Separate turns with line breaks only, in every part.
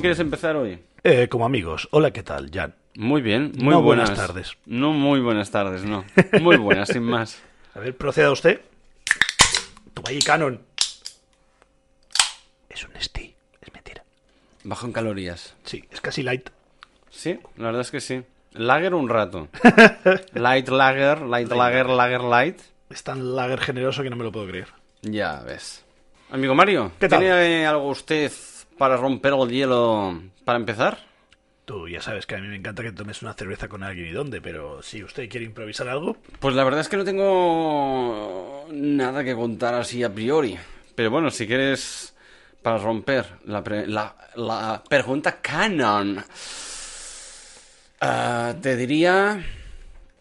quieres empezar hoy?
Eh, como amigos, hola, ¿qué tal, Jan?
Muy bien, muy
No
buenas.
buenas tardes.
No muy buenas tardes, no. Muy buenas, sin más.
A ver, proceda usted. Toma ahí, Canon. Es un STI, es mentira.
Bajo en calorías.
Sí, es casi light.
Sí, la verdad es que sí. Lager un rato. Light lager, light lager, lager light.
Es tan lager generoso que no me lo puedo creer.
Ya ves. Amigo Mario,
¿Qué tal?
¿tiene eh, algo usted para romper el hielo para empezar?
Tú ya sabes que a mí me encanta que tomes una cerveza con alguien y dónde, pero si usted quiere improvisar algo,
Pues la verdad es que no tengo nada que contar así a priori. Pero bueno, si quieres, para romper la, pre- la- la pregunta canon, ah, te diría...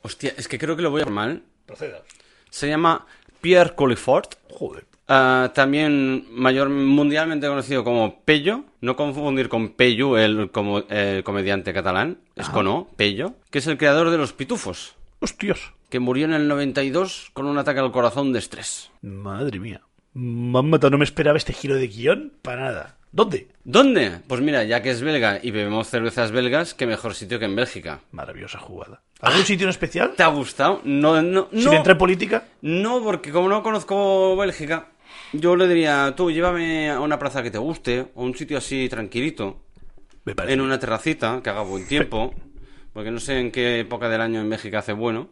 Hostia, es que creo que lo voy a llamar mal.
proceda.
Se llama Pierre Colifort.
Joder.
Ah, también mayor mundialmente conocido como Pello, no confundir con Pello, el, como, el comediante catalán, es con O, Pello, que es el creador de Los Pitufos,
Hostios.
que murió en el 92 con un ataque al corazón de estrés.
Madre mía. Mamata, no me esperaba este giro de guión para nada. ¿Dónde?
¿Dónde? Pues mira, ya que es belga y bebemos cervezas belgas, qué mejor sitio que en Bélgica.
Maravillosa jugada. ¿Algún sitio en especial?
¿Te ha gustado? No, no,
Sin
no.
entrar en política.
No, porque como no conozco Bélgica, yo le diría, tú llévame a una plaza que te guste, o un sitio así tranquilito,
Me parece.
en una terracita, que haga buen tiempo, porque no sé en qué época del año en México hace bueno.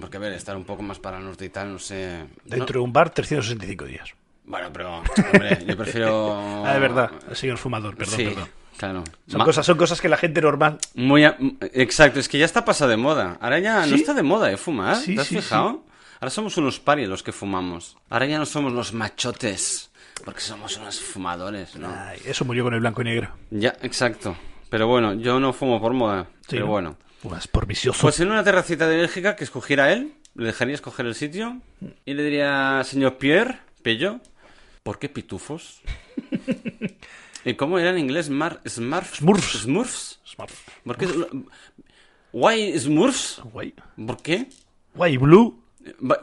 Porque, a ver, estar un poco más para el norte y tal, no sé... no-
Dentro de un bar, 365 días.
Bueno, pero, hombre, yo prefiero...
Ah, de verdad, el señor fumador, perdón,
sí,
perdón.
claro.
Son
Ma-
cosas, son cosas que la gente normal.
Muy a- m- Exacto, es que ya está pasado de moda. Ahora ya no
¿Sí?
está de moda, ¿eh? Fumar,
Sí,
¿te has
sí,
fijado? Ahora somos unos parios los que fumamos. Ahora ya no somos los machotes, porque somos unos fumadores, ¿no?
Ay, eso murió con el blanco y negro.
Ya, exacto. Pero bueno, yo no fumo por moda,
Sí,
pero
¿no?
bueno.
Fumas por vicioso.
Pues en una terracita de Bélgica que escogiera él, le dejaría escoger el sitio y le diría, señor Pierre, Pello, ¿por qué pitufos? ¿Y cómo era en inglés? Mar Smurfs.
Smurfs.
Smurfs.
Smart.
¿Por qué? Why Smurfs?
Guay.
¿Por qué?
Guay, Blue.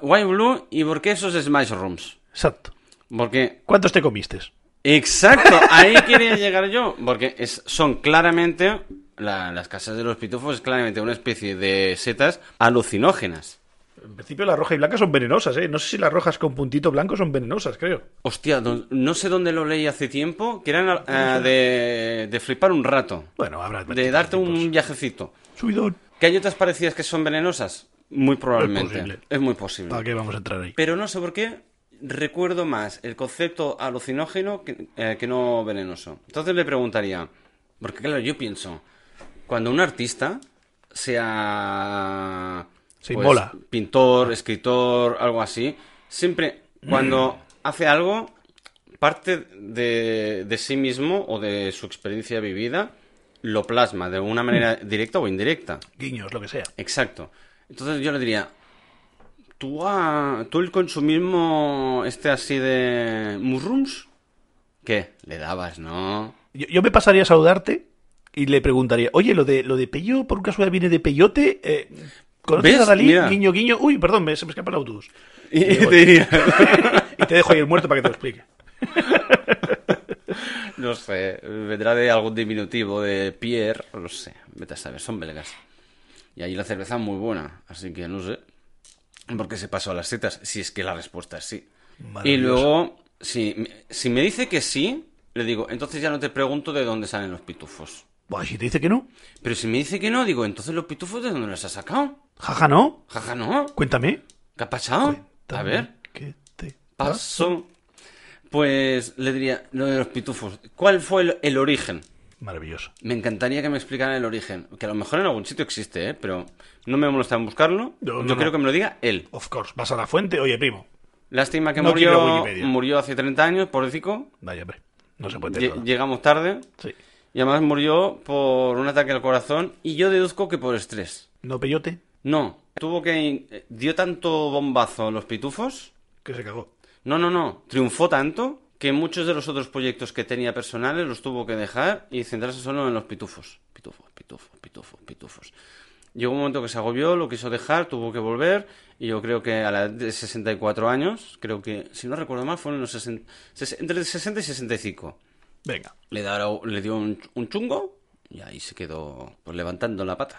Why Blue y por qué esos Smash Rooms?
Exacto.
Porque.
¿Cuántos te comiste?
Exacto, ahí quería llegar yo. Porque es- son claramente. la- las casas de los pitufos es claramente una especie de setas alucinógenas.
En principio, las rojas y blancas son venenosas, ¿eh? No sé si las rojas con puntito blanco son venenosas, creo.
Hostia, don- no sé dónde lo leí hace tiempo, que eran ah, de, de flipar un rato,
Bueno, habrá.
de darte un viajecito.
Subidón.
¿Que hay otras parecidas que son venenosas? Muy probablemente.
posible.
es muy posible.
¿Para qué vamos a entrar ahí?
Pero no sé por qué recuerdo más el concepto alucinógeno que, eh, que no venenoso. Entonces le preguntaría, porque claro, yo pienso, cuando un artista sea pues,
Se inmola.
pintor, escritor, algo así, siempre cuando hace algo, parte de, de sí mismo o de su experiencia vivida, lo plasma de una manera directa o indirecta.
Guiños, lo que sea.
Exacto. Entonces yo le diría, tú, ah, tú el consumismo este así de mushrooms, ¿qué? Le dabas, ¿no?
Yo, yo me pasaría a saludarte y le preguntaría, oye, lo de, lo de Pello, por casualidad viene de Peyote. Eh, ¿Conoces
¿Ves?
a Dalí?
Mira.
Guiño, guiño. Uy, perdón, me- se me escapa el autobús.
Y,
me voy.
te diría,
Y te dejo ahí el muerto para que te lo explique.
no sé, vendrá de algún diminutivo de Pierre, no sé, vete a saber, son belgas. Y ahí la cerveza es muy buena, así que no sé por qué se pasó a las setas, si es que la respuesta es sí. Y
Maravilloso.
luego, si, si me dice que sí, le digo, entonces ya no te pregunto de dónde salen los pitufos.
Buah, si te dice que no.
Pero si me dice que no, digo, entonces los pitufos de dónde los has sacado.
Jaja, no.
Jaja, no.
Cuéntame.
¿Qué ha pasado? A
Dame
ver,
¿Qué te pasa?
paso. Pues le diría, lo de los pitufos. ¿Cuál fue el, el origen?
Maravilloso.
Me encantaría que me explicaran el origen. Que a lo mejor en algún sitio existe, ¿eh? pero no me molesta en buscarlo.
No, no,
Yo
no.
quiero que me lo diga él.
Of course. Vas a la fuente. Oye, primo.
Lástima que
No quiero
murió,
Wikipedia.
murió hace 30 años, pobrecito.
Vaya, hombre. No se puede
Lle-
tener todo.
Llegamos tarde.
Sí.
Y además murió por un ataque al corazón. Y yo deduzco que por estrés.
No peyote.
No, tuvo que... eh, Dio tanto bombazo a los pitufos.
Que se cagó.
No, no, no. Triunfó tanto que muchos de los otros proyectos que tenía personales los tuvo que dejar y centrarse solo en los pitufos. Pitufos, pitufos, pitufos, pitufos. Llegó un momento que se agobió, lo quiso dejar, tuvo que volver y yo creo que a la edad de 64 años, creo que, si no recuerdo mal, fueron los 60, ses- entre 60 y 65.
Venga.
Le, dará- le dio un, un chungo y ahí se quedó pues, levantando la pata.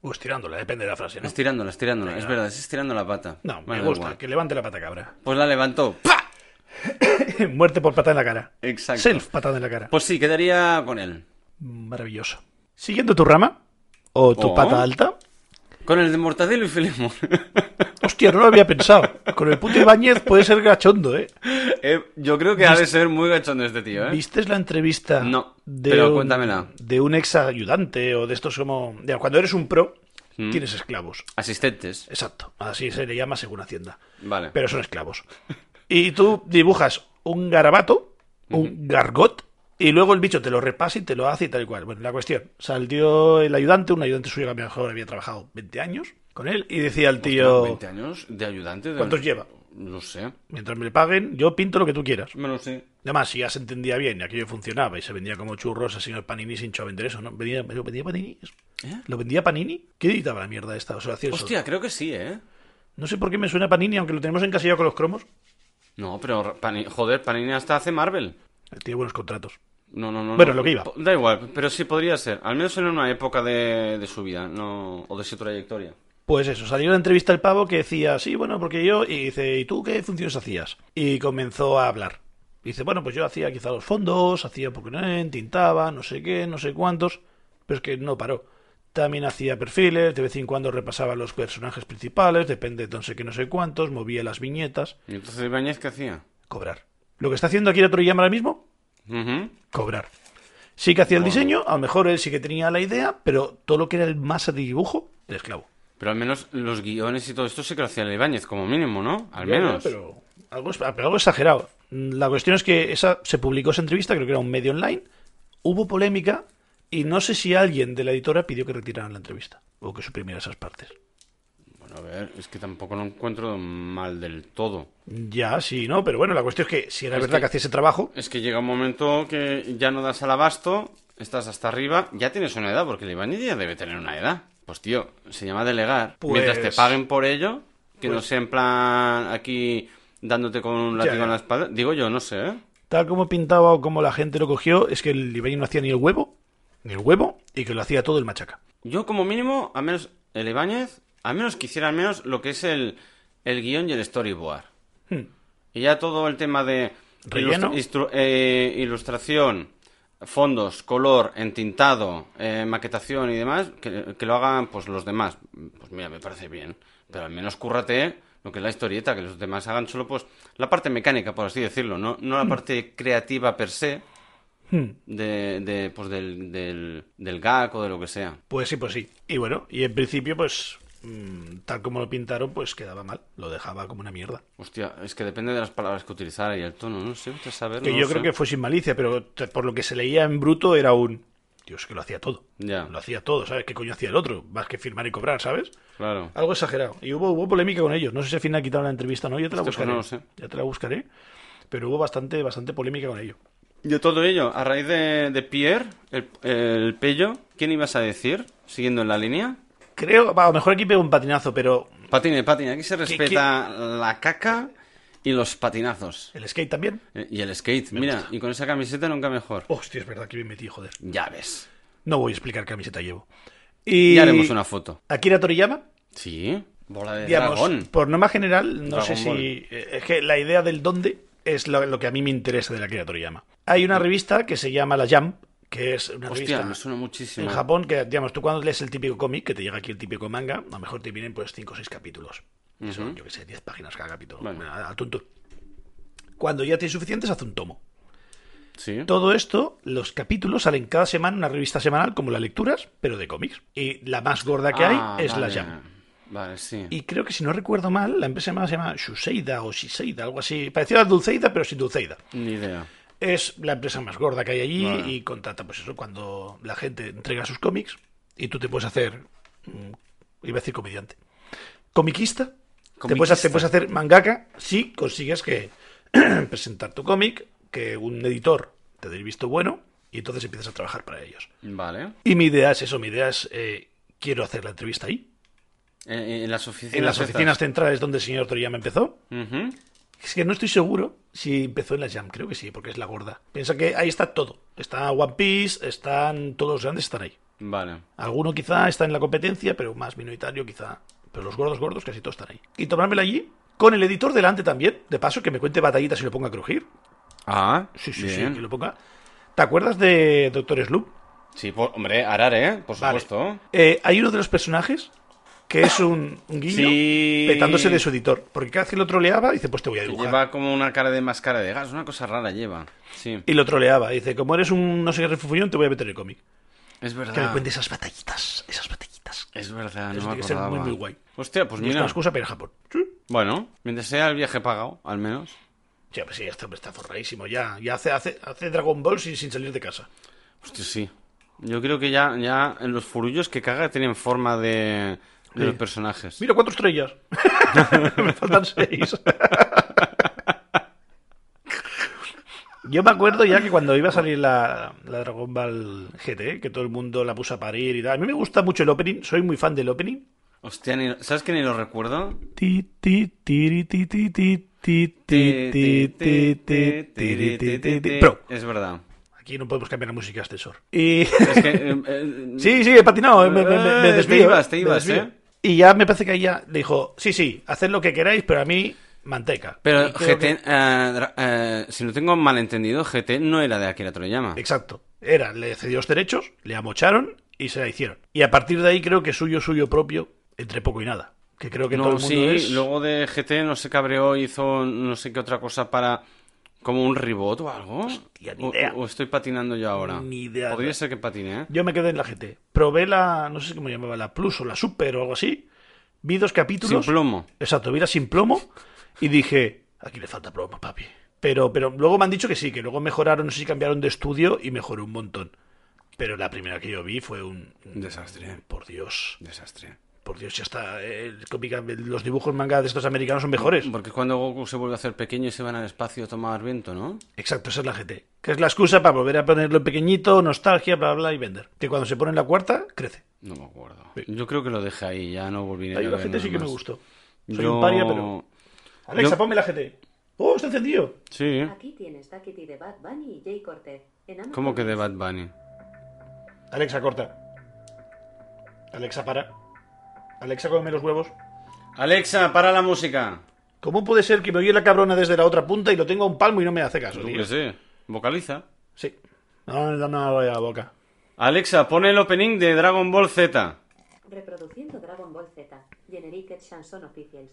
O estirándola, pues depende de la frase, ¿no?
Estirándola, estirándola. Es verdad, es estirando la pata.
No, me
Este- Bueno, da
gusta,
igual.
que levante la pata cabra.
Pues la levantó. ¡Pa!
Muerte por patada en la cara.
Exacto.
Self patada en la cara.
Pues sí, quedaría con él.
Maravilloso. Siguiendo tu rama, o tu
Oh.
pata alta.
Con el de Mortadelo y Filemón.
Hostia, no lo había pensado. Con el puto Ibáñez puede ser gachondo, ¿eh?
Eh, yo creo que ha de ser muy gachón este tío, ¿eh?
¿Viste la entrevista?
No, pero cuéntamela.
De un ex ayudante o de estos como. ya, cuando eres un pro,
Mm.
tienes esclavos.
Asistentes.
Exacto. Así se le llama según Hacienda.
Vale.
Pero son esclavos. Y tú dibujas un garabato, un gargot, y luego el bicho te lo repasa y te lo hace y tal y cual. Bueno, la cuestión. Salió el ayudante, un ayudante suyo que a lo mejor había trabajado 20 años con él, y decía al tío.
20 años de ayudante. de-
¿Cuántos lleva?
No sé.
Mientras me le paguen, yo pinto lo que tú quieras.
Me lo sé.
Además, si ya se entendía bien, y aquello funcionaba y se vendía como churros, así el Panini se hinchó a vender eso, ¿no? ¿Vendía, ¿Lo vendía Panini? eso?
¿Eh?
¿Lo vendía Panini? ¿Qué editaba la mierda esta? O sea, hacía eso.
Hostia, creo que sí, ¿eh?
No sé por qué me suena Panini, aunque lo tenemos encasillado con los cromos.
No, pero Pani- joder, Panini hasta hace Marvel.
Tiene buenos contratos.
No, no, no.
Bueno,
no.
lo que iba.
Po- Da igual, pero sí podría ser. Al menos en una época de, de su vida, no, o de su trayectoria.
Pues eso, salió la entrevista el pavo que decía, sí, bueno, porque yo, y dice, ¿y tú qué funciones hacías? Y comenzó a hablar. Dice, bueno, pues yo hacía quizá los fondos, hacía Pokémon, tintaba, no sé qué, no sé cuántos, pero es que no paró. También hacía perfiles, de vez en cuando repasaba los personajes principales, depende de no sé qué, no sé cuántos, movía las viñetas,
¿Y entonces Ibáñez qué hacía?
cobrar. Lo que está haciendo aquí el otro llama ahora mismo,
Ujú.
cobrar. Sí que hacía el diseño, a lo mejor él sí que tenía la idea, pero todo lo que era el masa de dibujo, de esclavo.
Pero al menos los guiones y todo esto sí que lo hacía el Ibáñez, como mínimo, ¿no? Al
Ya, ya,
menos.
Pero algo, es- pero algo exagerado. La cuestión es que esa se publicó esa entrevista, creo que era un medio online. Hubo polémica y no sé si alguien de la editora pidió que retiraran la entrevista o que suprimiera esas partes.
Bueno, a ver, es que tampoco lo encuentro mal del todo.
Ya, sí, no, pero bueno, la cuestión es que si era
Es
verdad
que-
que hacía ese trabajo,
Es que llega un momento que ya no das al abasto, estás hasta arriba, ya tienes una edad, porque el Ibáñez ya debe tener una edad. Pues tío, se llama delegar.
Pues-
Mientras te paguen por ello, que no sea en plan aquí dándote con un
Ya,
látigo
ya.
en la espalda. Digo yo, no sé, ¿eh?
tal como pintaba o como la gente lo cogió, es que el Ibañez no hacía ni el huevo, ni el huevo, y que lo hacía todo el machaca.
Yo como mínimo, al menos el Ibáñez, al menos quisiera al menos lo que es el, el guión y el storyboard.
Hmm.
Y ya todo el tema de
Relleno.
ilustra- instru- eh, ilustración, fondos, color, entintado, eh, maquetación y demás, que, que lo hagan pues los demás. Pues mira, me parece bien. Pero al menos cúrrate lo que es la historieta, que los demás hagan solo pues la parte mecánica, por así decirlo, no, no la parte creativa per se
Hmm.
de, de, pues del, del, del gag o de lo que sea.
Pues sí, pues sí. Y bueno, y en principio, pues mm, tal como lo pintaron, pues quedaba mal. Lo dejaba como una mierda.
Hostia, es que depende de las palabras que utilizara y el tono, no sé, vete a saber,
Que
no
yo
lo
creo
sé.
que fue sin malicia, pero te- por lo que se leía en bruto era un... Dios, que lo hacía todo.
Ya.
Lo hacía todo, ¿sabes? ¿Qué coño hacía el otro? Más que firmar y cobrar, ¿sabes?
Claro.
Algo exagerado. Y hubo, hubo polémica con ellos. No sé si al final quitaron la entrevista o no. Ya te la
Hostia, pues
buscaré.
no lo sé.
Ya te la buscaré. Pero hubo bastante, bastante polémica con ello.
De todo ello, a raíz de, de Pierre, el, el pello, ¿quién ibas a decir? Siguiendo en la línea.
Creo... va, a lo mejor aquí pego un patinazo, pero...
Patine, patine, aquí se respeta la caca y los patinazos.
¿El skate también?
Eh, Y el skate, mira, y con esa camiseta nunca mejor.
Hostia, es verdad que bien metí, joder.
Ya ves.
No voy a explicar qué camiseta llevo. Y...
Ya haremos una foto.
Akira Toriyama,
Sí, bola de
digamos,
dragón.
por norma general, no
Dragon
sé si.
Ball.
eh, Es que la idea del dónde es lo, lo que a mí me interesa de la Akira Toriyama. Hay una revista que se llama La Jump, que es una
Hostia, me
revista
suena muchísimo.
en Japón que, digamos, tú cuando lees el típico cómic, que te llega aquí el típico manga, a lo mejor te vienen pues 5 o 6 capítulos. Que Son, yo que sé, 10 páginas cada capítulo.
Vale.
A- a tuntún. Cuando ya tienes suficientes, haz un tomo.
Sí.
Todo esto, los capítulos salen cada semana en una revista semanal como las lecturas, pero de cómics. Y la más gorda que
Ah,
hay es
vale.
La Jump.
Vale, sí.
Y creo que si no recuerdo mal, la empresa llamada se llama Shuseida o Shiseida, algo así. Parecida a Dulceida, pero sin Dulceida.
Ni idea.
Es la empresa más gorda que hay allí
Vale.
y contrata, pues eso, cuando la gente entrega sus cómics y tú te puedes hacer. mm, Iba a decir comediante. Comiquista. Te puedes,
Comiquista.
hacer- puedes hacer mangaka si consigues que presentar tu cómic, que un editor te dé el visto bueno y entonces empiezas a trabajar para ellos.
Vale.
Y mi idea es eso, mi idea es. eh, quiero hacer la entrevista ahí.
Eh, En, en las oficinas.
En las
estas.
oficinas centrales donde el señor Toriyama empezó.
Ujú.
Es que no estoy seguro Si empezó en la Jam, creo que sí, porque es la gorda. Piensa que ahí está todo. Está One Piece, están todos los grandes están ahí.
Vale.
Alguno quizá está en la competencia, pero más minoritario quizá. Pero los gordos gordos casi todos están ahí. Y tomármela allí, con el editor delante también, de paso, que me cuente batallitas y lo ponga a crujir.
Ah,
Sí, sí,
bien.
sí, que lo ponga. ¿Te acuerdas de Doctor Sloop?
Sí, por- hombre, Arare, ¿eh? Por
Vale.
supuesto.
Eh, hay uno de los personajes que es un, un guiño
Sí.
petándose de su editor. Porque cada vez que lo troleaba, dice, pues te voy a
Que
dibujar.
lleva como una cara de máscara de gas, una cosa rara lleva. Sí,
Y lo troleaba. Dice, como eres un no sé qué refufuñón, te voy a meter el cómic.
es
Que me
verdad.
cuente esas batallitas, esas batallitas.
Es verdad, no
Eso
me
tiene que ser muy,
acordaba.
muy guay.
Hostia, pues
No es una
mira.
excusa para ir a Japón. Sí,
Bueno, mientras sea el viaje pagado, al menos.
Sí, pues sí, este hombre está forradísimo ya. Ya hace, hace, hace Dragon Ball sin, sin salir de casa.
Hostia, sí. Yo creo que ya, ya en los furullos que caga tienen forma de, de
Sí.
los personajes.
Mira, cuatro estrellas. me faltan seis. Yo me acuerdo ya que cuando iba a salir la, la Dragon Ball GT, que todo el mundo la puso a parir y tal. A mí me gusta mucho el opening, soy muy fan del opening.
Hostia, ni- ¿sabes que ni lo recuerdo?
Ti, ti, tiri, ti, ti, ti, ti, ti, ti, ti, ti, tiri, ti, ti, ti. Pro.
Es verdad.
Aquí no podemos cambiar la música, ascensor. Y...
Es que. eh, eh,
Sí, sí, he patinado, eh, me, me- me- me
Eh, te
desvío,
ibas,
eh,
te
me
ibas,
desvío.
eh.
Y ya me parece que ahí ya le dijo, sí, sí, haced lo que queráis, pero a mí, manteca.
Pero
Y creo
GT,
que-
eh, dra- eh, si no tengo malentendido, GT no era de Akira Toriyama.
Exacto. Era, le cedió los derechos, le amocharon y se la hicieron. Y a partir de ahí creo que suyo, suyo propio, entre poco y nada. Que creo que todo
No,
el mundo
sí,
es...
luego de GT no se cabreó, hizo no sé qué otra cosa para. como un ribot o algo.
ni
O-
idea.
O, estoy patinando yo ahora.
Ni idea.
Podría ser que patine, ¿eh?
Yo me quedé en la GT. Probé la, no sé cómo llamaba, la Plus o la Super o algo así. Vi dos
Sin
capítulos.
plomo.
Exacto, vi la sin plomo y dije, aquí le falta plomo, papi. Pero, pero luego me han dicho que sí, que luego mejoraron, no sé si cambiaron de estudio y mejoró un montón. Pero la primera que yo vi fue un... un-
Desastre.
Por Dios,
Desastre.
por Dios, ya está. El cómic- los dibujos manga de estos americanos son mejores.
Porque es cuando Goku se vuelve a hacer pequeño y se van al espacio a tomar viento, ¿no?
Exacto, esa es la GT. Que es la excusa para volver a ponerlo en pequeñito, nostalgia, bla, bla, y vender. Que cuando se pone en la cuarta, crece.
No me acuerdo. Yo creo que lo dejé ahí, ya no volví a
Ahí la
ver
GT sí
nada
que me
más.
gustó. Soy
Yo-
un paria, pero... Alexa,
yo-
ponme la GT. ¡Oh, está encendido!
Sí,
Aquí tienes Duckity de Bad Bunny y Jay Cortez. En Amazon
como que de Bad Bunny.
Alexa, corta. Alexa, para. Alexa, come los huevos.
Alexa, para la música.
¿Cómo puede ser que me oye la cabrona desde la otra punta y lo tengo a un palmo y no me hace caso?
Yo
tío?
qué sé, vocaliza.
Sí. No, no, no, voy a la boca.
Alexa, pon el opening de Dragon Ball Z.
Reproduciendo Dragon Ball Z. Generic Chanson Officials.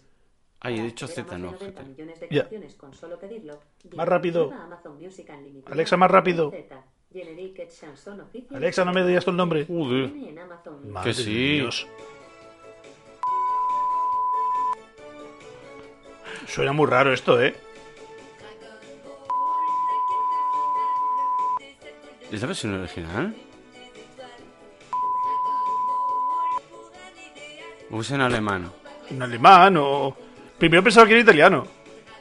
Ay, he
Para
dicho
acceder a
Z,
más de
no.
90
GT.
millones de
Ya.
canciones con solo pedirlo.
Más rápido.
Lleva a Amazon Music Unlimited.
Alexa, más rápido.
Z. Generic Chanson Officials.
Alexa, no me digas tú el nombre.
Joder.
Tiene en Amazon
Madre
sí.
de Dios. Suena muy raro esto, ¿eh?
¿Es la versión original? ¿O es en alemán?
En alemán o... Primero pensaba que era italiano.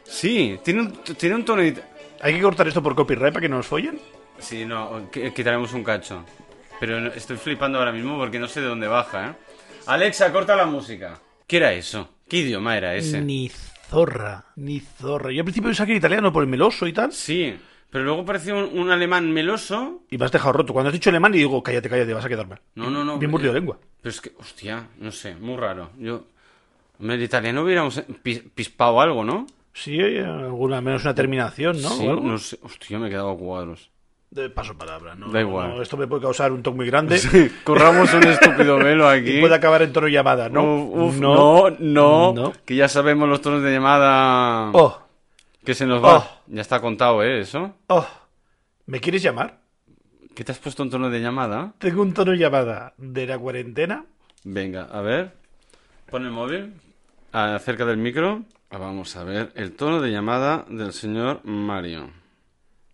Sí, tiene un, tiene un tono... it-
¿Hay que cortar esto por copyright para que no nos follen?
Sí, no, qui- quitaremos un cacho. Pero no- estoy flipando ahora mismo porque no sé de dónde baja, ¿eh? Alexa, corta la música. ¿Qué era eso? ¿Qué idioma era ese?
Ni zorra, ni zorra. Yo al principio pensaba que era italiano por el meloso y tal.
Sí, pero luego parecía un, un alemán meloso.
Y me has dejado roto. Cuando has dicho alemán y digo, cállate, cállate, vas a quedar mal.
No, no, no.
Bien mordido de lengua.
Pero es que, hostia, no sé, muy raro. Yo... Hombre, el italiano hubiéramos eh, pis- pispado algo, ¿no?
Sí, eh, alguna menos una terminación, ¿no?
Sí,
O algo.
no sé. Hostia, me he quedado a cuadros.
De paso palabra, ¿no?
Da igual.
no, esto me puede causar un toque muy grande
Corramos un estúpido velo aquí.
y puede acabar en tono llamada, ¿no?
Uf, uf, no, no,
No.
Que ya sabemos los tonos de llamada
Oh,
que se nos va.
Oh.
Ya está contado, ¿eh? Eso.
oh. ¿Me quieres llamar?
¿Qué te has puesto en tono de llamada?
Tengo un tono llamada de la cuarentena.
Venga, a ver. Pon el móvil a- cerca del micro. Ah, Vamos a ver el tono de llamada del señor Mario.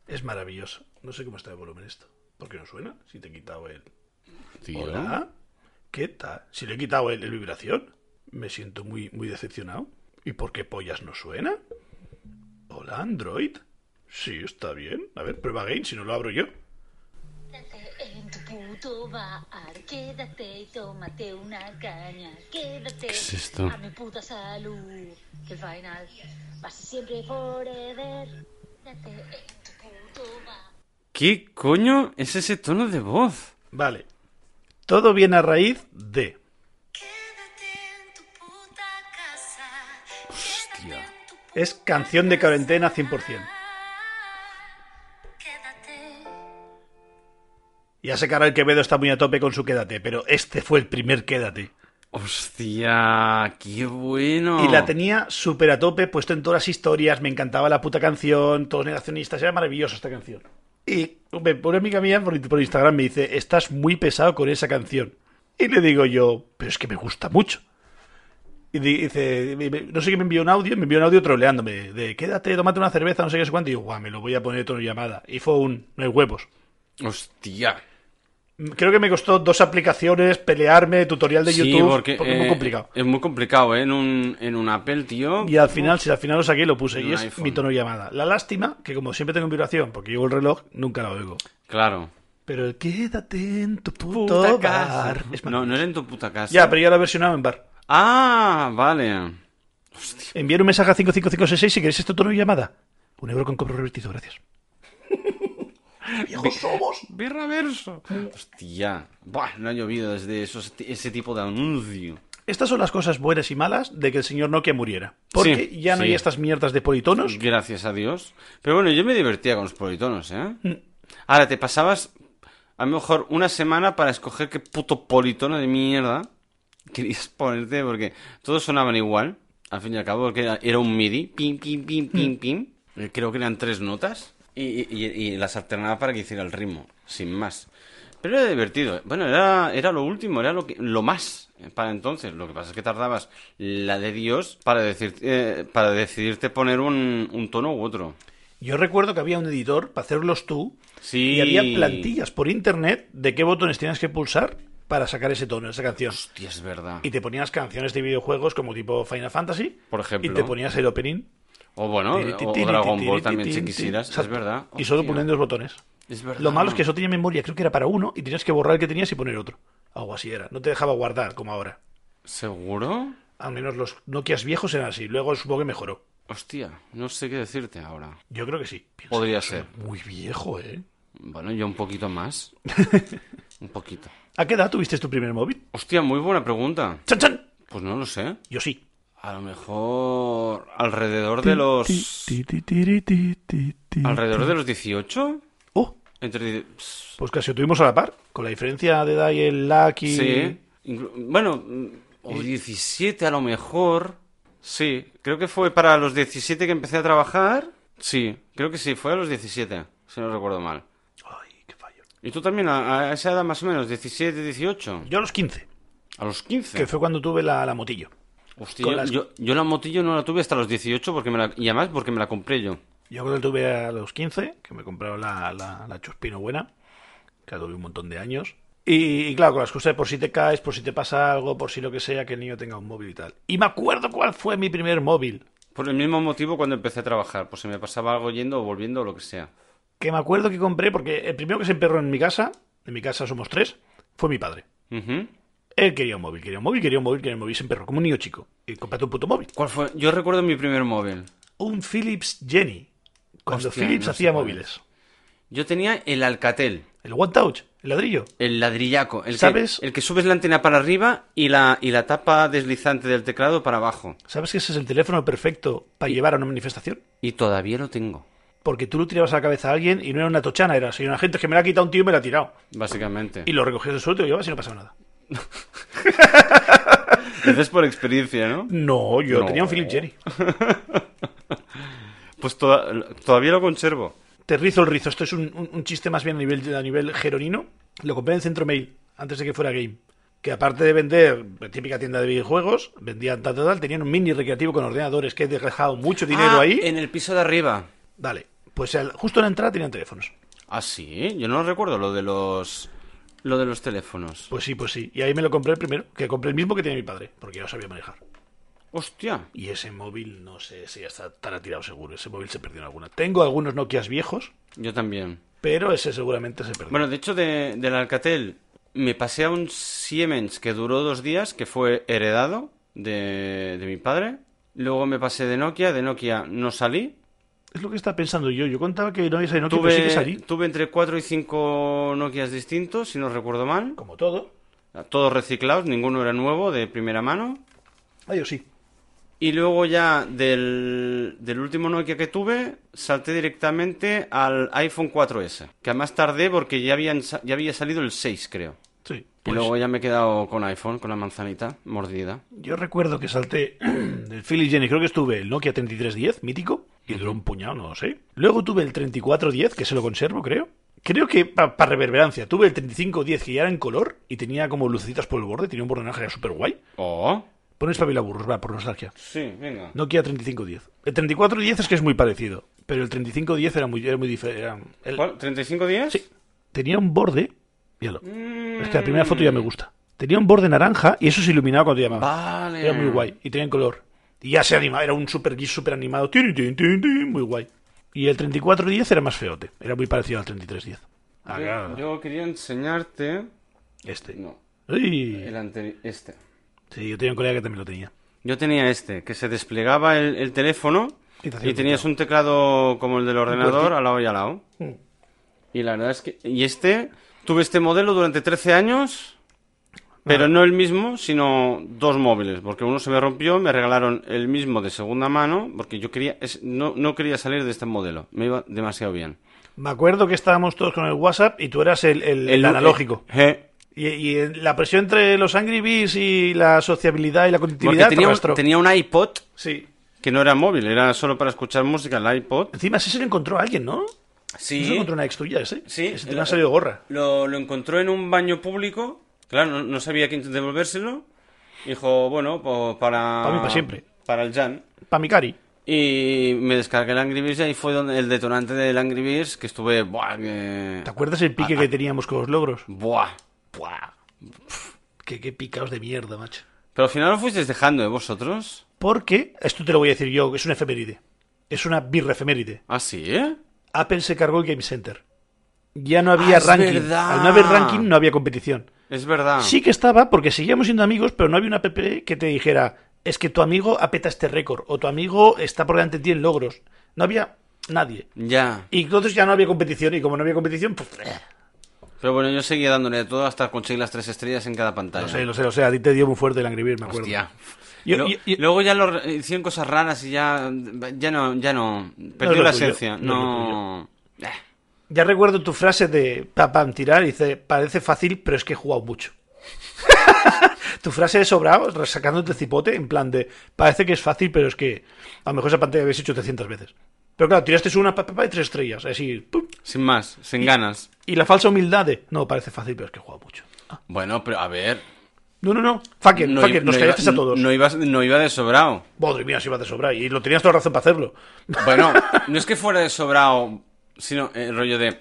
Es maravilloso. No sé cómo está de volumen esto. ¿Por qué no suena? Si te he quitado el...
Tío.
Hola. ¿Qué tal? Si le he quitado el, el vibración, me siento muy, muy decepcionado. ¿Y por qué pollas no suena? Hola, Android. Sí, está bien. A ver, prueba game, si no lo abro yo.
Eh, eh, puto bar. Quédate y tómate una caña.
¿Qué
Quédate
es esto?
a mi puta salud. Que el final va a ser siempre forever. Quédate en tu puto bar.
¿Qué coño es ese tono de voz?
Vale. Todo viene a raíz de.
Quédate en tu puta casa.
Hostia.
Es canción de cuarentena 100%.
Quédate.
Ya sé que ahora el Quevedo está muy a tope con su quédate, pero este fue el primer quédate.
Hostia, qué bueno.
Y la tenía súper a tope, puesto en todas las historias, me encantaba la puta canción, todos negacionistas, era maravillosa esta canción. Y hombre, una amiga mía por, por Instagram me dice, estás muy pesado con esa canción. Y le digo yo, pero es que me gusta mucho. Y di- dice, me- me- no sé qué me envió un audio, me envió un audio troleándome, de quédate, tómate una cerveza, no sé qué, no sé cuánto. Y yo, guau, me lo voy a poner todo en llamada. Y fue un, no hay huevos.
Hostia.
Creo que me costó dos aplicaciones, pelearme, tutorial de
Sí,
YouTube,
porque,
es muy
eh,
complicado.
Es muy complicado, ¿eh? En un, en un Apple, tío.
Y al final, si al final lo saqué, lo puse.
Un
Y es
iPhone.
mi tono de llamada. La lástima, que como siempre tengo en vibración, porque llevo el reloj, nunca la oigo.
Claro.
Pero el quédate en tu puto
Puta casa.
bar. Es
No,
maravilloso.
no era en tu puta casa.
Ya, pero ya lo he versionado en bar.
Ah, vale.
Enviar un mensaje a 55566 si queréis este tono de llamada. Un euro con cobro revertido, gracias. ¡Viejos somos!
Birra verso. Hostia. Buah, no ha llovido desde esos- ese tipo de anuncio.
Estas son las cosas buenas y malas de que el señor Nokia muriera. Porque
Sí,
ya no
sí.
hay estas mierdas de politonos.
Gracias a Dios. Pero bueno, yo me divertía con los politonos, ¿eh? Ahora, te pasabas a lo mejor una semana para escoger qué puto politono de mierda querías ponerte, porque todos sonaban igual, al fin y al cabo, porque era, era un MIDI. Pim, pim, pim,
Mm.
pim, pim. Eh, Creo que eran tres notas. Y, y- y- y las alternaba para que hiciera el ritmo, sin más. Pero era divertido. Bueno, era, era lo último, era lo, que, lo más eh, para entonces. Lo que pasa es que tardabas la de Dios para, decir, eh, para decidirte poner un, un tono u otro.
Yo recuerdo que había un editor para hacerlos tú.
Sí.
Y había plantillas por internet de qué botones tenías que pulsar para sacar ese tono, esa canción.
Hostia, es verdad.
Y te ponías canciones de videojuegos como tipo Final Fantasy.
Por ejemplo.
Y te ponías el opening.
O bueno,
Tiri,
o,
tiri,
o Dragon
tiri,
Ball
tiri,
también, si
tiri,
quisieras,
tiri.
es verdad.
Y solo
Hostia.
poniendo dos botones.
Es verdad.
Lo malo es que eso tenía memoria, creo que era para uno, y tenías que borrar el que tenías y poner otro. Algo así era. No te dejaba guardar, como ahora.
¿Seguro?
Al menos los Nokias viejos eran así. Luego supongo que mejoró.
Hostia, no sé qué decirte ahora.
Yo creo que sí. Piensa,
Podría
soy
ser.
Muy viejo, ¿eh?
Bueno, yo un poquito más. un poquito.
¿A qué edad tuviste tu primer móvil?
Hostia, muy buena pregunta.
¡Chan, chan!
Pues no lo sé.
Yo sí.
A lo mejor alrededor de los...
Ti, ti, ti, ti, ti, ti, ti.
Alrededor de los 18?
Oh,
Entre... pss,
Pues casi lo tuvimos a la par, con la diferencia de edad y el Lucky.
Sí. Inclu- Bueno, mm, o 17 a lo mejor. Sí, creo que fue para los 17 que empecé a trabajar. Sí, creo que sí, fue a los 17, si no recuerdo mal.
Ay, qué fallo.
¿Y tú también a, a esa edad más o menos, 17, 18?
Yo a los 15,
A los 15.
que fue cuando tuve la, la motillo.
Hostia,
con
yo,
las-
yo, yo la motillo no la tuve hasta los 18 porque me la, y además porque me la compré yo.
Yo cuando tuve a los 15, que me compraron la, la, la Chuspino buena, que la tuve un montón de años. Y, y claro, con la excusa de por si te caes, por si te pasa algo, por si lo que sea, que el niño tenga un móvil y tal. Y me acuerdo cuál fue mi primer móvil.
Por el mismo motivo cuando empecé a trabajar, pues se me pasaba algo yendo o volviendo o lo que sea.
Que me acuerdo que compré, porque el primero que se emperró en mi casa, en mi casa somos tres, fue mi padre.
Ujú.
Él quería un móvil, quería un móvil, quería un móvil, quería un móvil, y se emperró como un niño chico. Y cómprate un puto móvil.
¿Cuál fue? Yo recuerdo mi primer móvil.
un Philips Jenny. Cuando
Hostia,
Philips
no sé
hacía
cuál
móviles.
Yo tenía el Alcatel.
El One Touch, el ladrillo.
El ladrillaco, el,
¿Sabes?
Que, el que subes la antena para arriba y la, y la tapa deslizante del teclado para abajo.
¿Sabes que ese es el teléfono perfecto para llevar a una manifestación?
Y todavía lo tengo,
Porque tú lo tirabas a la cabeza a alguien y no era una tochana, era soy una gente que me la ha quitado un tío y me la ha tirado.
básicamente.
Y lo recogías del suelo y te lo llevabas y no pasaba nada.
Dices por experiencia, ¿no?
No, yo
No.
tenía un Philips Jenny.
Pues toda- todavía lo conservo.
Te rizo el rizo. Esto es un, un- un chiste más bien a nivel, a nivel geronino. Lo compré en Centro Mail, antes de que fuera Game. Que aparte de vender la típica tienda de videojuegos, vendían tal, tal, tal, tenían un mini recreativo con ordenadores que he dejado mucho dinero
Ah,
ahí.
En el piso de arriba.
Vale, pues al- justo en la entrada tenían teléfonos.
Ah, sí, yo no recuerdo lo de los. Lo de los teléfonos.
Pues sí, pues sí. Y ahí me lo compré el primero, que compré el mismo que tenía mi padre, porque yo sabía manejar.
Hostia.
Y ese móvil, no sé si ya está, estará tirado seguro. Ese móvil se perdió en alguna. Tengo algunos Nokias viejos,
Yo también.
Pero ese seguramente se perdió.
Bueno, de hecho, de- del Alcatel me pasé a un Siemens que duró dos días, que fue heredado de, de mi padre. Luego me pasé de Nokia, de Nokia no salí.
es lo que estaba pensando yo. Yo contaba que no había salido, pero sí que
Tuve,
salí.
tuve entre 4 y 5 Nokias distintos, si no recuerdo mal.
Como todo.
Todos reciclados, ninguno era nuevo, de primera mano.
Ah, yo sí.
Y luego ya del, del último Nokia que tuve, salté directamente al iPhone 4S. Que además tardé porque ya, habían, sa- ya había salido el 6, creo.
Sí.
Y
Pues
luego ya me he quedado con iPhone, con la manzanita mordida.
Yo recuerdo que salté del Philips Jenny, creo que estuve el Nokia 3310, mítico, y duró un puñado, no lo sé. Luego tuve el 3410, que se lo conservo, creo. Creo que para reverberancia, tuve el 3510 que ya era en color y tenía como lucecitas por el borde, tenía un bordonaje súper guay.
Oh,
Pon espabilaburros, va, por nostalgia.
sí, venga.
Nokia 3510. El 3410 es que es muy parecido, pero el 3510 era muy, era muy diferente.
¿Cuál? ¿35 días?
Sí, tenía un borde. Míralo.
Mm.
Es que la primera foto ya me gusta. Tenía un borde naranja y eso se iluminaba cuando te llamaba.
Vale.
Era muy guay. Y tenía en color. Y ya se animaba. Era un super GIF super animado. Tin, tin, tin, tin, muy guay. Y el 3410 era más feote. Era muy parecido al 3310. Ah,
Yo,
claro.
yo quería enseñarte.
Este.
No,
Uy.
el anterior. Este.
Sí, yo tenía un colega que también lo tenía.
Yo tenía este, que se desplegaba el, el teléfono
Y te
y
hacía un
tenías un teclado como el del ordenador
cuerdito.
al lado y al lado.
Mm.
Y la verdad es que. Y este, tuve este modelo durante 13 años,
Ah.
pero no el mismo, sino dos móviles, porque uno se me rompió, me regalaron el mismo de segunda mano, porque yo quería. es- no, no quería salir de este modelo, me iba demasiado bien.
Me acuerdo que estábamos todos con el WhatsApp y tú eras el, el- el analógico.
Eh,
Y, y en la presión entre los Angry Bees y la sociabilidad y la
porque
conectividad te
tenía un,
arrastró.
tenía un iPod
Sí.
que no era móvil, era solo para escuchar música, el iPod.
Encima sí se lo encontró a alguien, ¿no?
Sí.
No se encontró una ex tuya ese.
Sí,
Ese te
el-
le ha salido gorra.
Lo, lo encontró en un baño público. Claro, no, no sabía quién devolvérselo. Dijo, bueno, pues para.
Pa' mí, pa' siempre.
Para el Jan.
Pa' mi cari.
Y me descargué el Angry Birds y ahí fue donde el detonante del Angry Birds que estuve. Buah, que-
¿Te acuerdas el pique que teníamos con los logros?
Buah.
Buah. Qué, qué picaos de mierda, macho.
Pero al final lo fuisteis dejando, ¿eh? Vosotros.
Porque, esto te lo voy a decir yo, es una efeméride. Es una birra efeméride.
Ah, sí, ¿eh?
Apple se cargó el Game Center. Ya no había
Ah, es
ranking.
verdad.
Al no haber ranking, no había competición.
Es verdad.
Sí que estaba, porque seguíamos siendo amigos, pero no había una app que te dijera, es que tu amigo apeta este récord, o tu amigo está por delante de ti en logros. No había nadie.
Ya.
Y entonces ya no había competición, y como no había competición, pues... eh.
Pero bueno, yo seguía dándole de todo hasta conseguir las tres estrellas en cada pantalla.
Lo sé, lo sé, lo sé, a ti te dio muy fuerte el Angry Birds, me acuerdo.
Hostia.
Yo-
Lo-
yo- yo-
Luego ya lo re- hicieron cosas raras y ya, ya no, ya no, perdió
lo
la
tuyo,
esencia.
no es
No, Eh,
Ya recuerdo tu frase de pam, pam, tirar y dice, parece fácil, pero es que he jugado mucho. tu frase de sobrado, sacándote el cipote, en plan de, parece que es fácil, pero es que a lo mejor esa pantalla la habéis hecho 300 veces. Pero claro, tiraste una pa, pa, pa, y tres estrellas, así, pum.
sin más, sin ganas.
Y la falsa humildad de, no, parece fácil, pero es que he jugado mucho. Ah,
Bueno, pero a ver,
No, no, no, fucker,
no,
fucker,
i-
nos
no
callaste
iba,
a todos.
no iba, no iba de sobrado.
Madre mía, si iba de sobra, y lo tenías toda razón para hacerlo.
Bueno, no es que fuera de sobrado, sino el rollo de,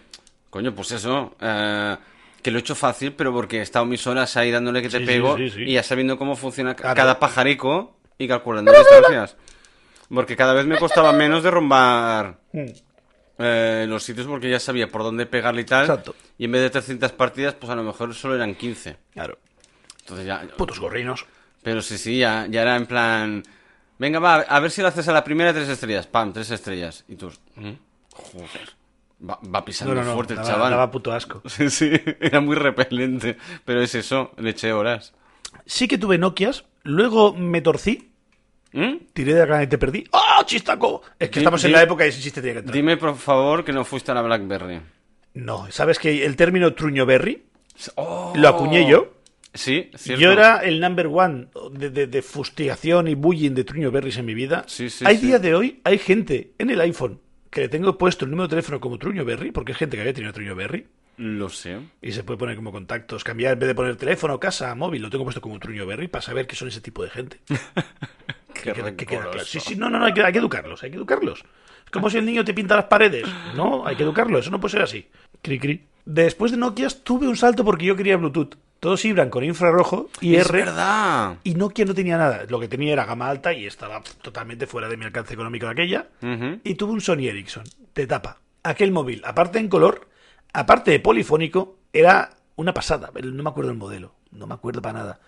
coño, pues eso, eh, que lo he hecho fácil, pero porque he estado mis horas ahí dándole que te
Sí, sí,
pego
sí, sí.
y ya sabiendo cómo funciona ca-
Claro.
cada pajarico y calculando distancias. Porque cada vez me costaba menos derrumbar
Mm.
eh, los sitios porque ya sabía por dónde pegarle y tal.
Exacto.
Y en vez de 300 partidas, pues a lo mejor solo eran 15.
Claro,
Entonces ya...
putos gorrinos.
Pero sí, sí, ya, ya era en plan... Venga, va, a ver si lo haces a la primera tres estrellas. Pam, tres estrellas. Y tú... ¿Mm? Joder. Va, va pisando
No, no, no,
fuerte el
daba-
chaval.
daba puto asco.
Sí, sí, era muy repelente. Pero es eso, le eché horas.
Sí que tuve Nokias, luego me torcí,
¿Mm?
tiré de la cadena y te perdí. ¡Ah, chistaco! Es que
Di-
estamos en
di-
la época y ese chiste tiene que entrar.
Dime, por favor, que no fuiste a la Blackberry.
No, ¿sabes que el término truño berry
Oh.
lo acuñé yo?
Sí, cierto.
Yo era el number one de, de- de fustigación y bullying de truño berries en mi vida.
Sí, sí,
hay
sí.
día de hoy, hay gente en el iPhone que le tengo puesto el número de teléfono como truño berry, porque es gente que había tenido truño berry.
Lo sé.
Y se puede poner como contactos, cambiar en vez de poner teléfono, casa, móvil, lo tengo puesto como truño berry para saber que son ese tipo de gente.
Qué
que- que queda claro.
rencoroso.
Sí, sí, no, no, no, hay que, hay que educarlos, hay que educarlos. Es como si el niño te pinta las paredes. No, hay que educarlo, eso no puede ser así. Cri, cri. Después de Nokia tuve un salto porque yo quería Bluetooth. Todos vibran con infrarrojo y
Es
R.
verdad.
Y Nokia no tenía nada. Lo que tenía era gama alta y estaba pf, totalmente fuera de mi alcance económico de aquella.
Ujú.
Y tuve un Sony Ericsson de tapa. Aquel móvil, aparte en color, aparte de polifónico, era una pasada. El- No me acuerdo el modelo, no me acuerdo para nada.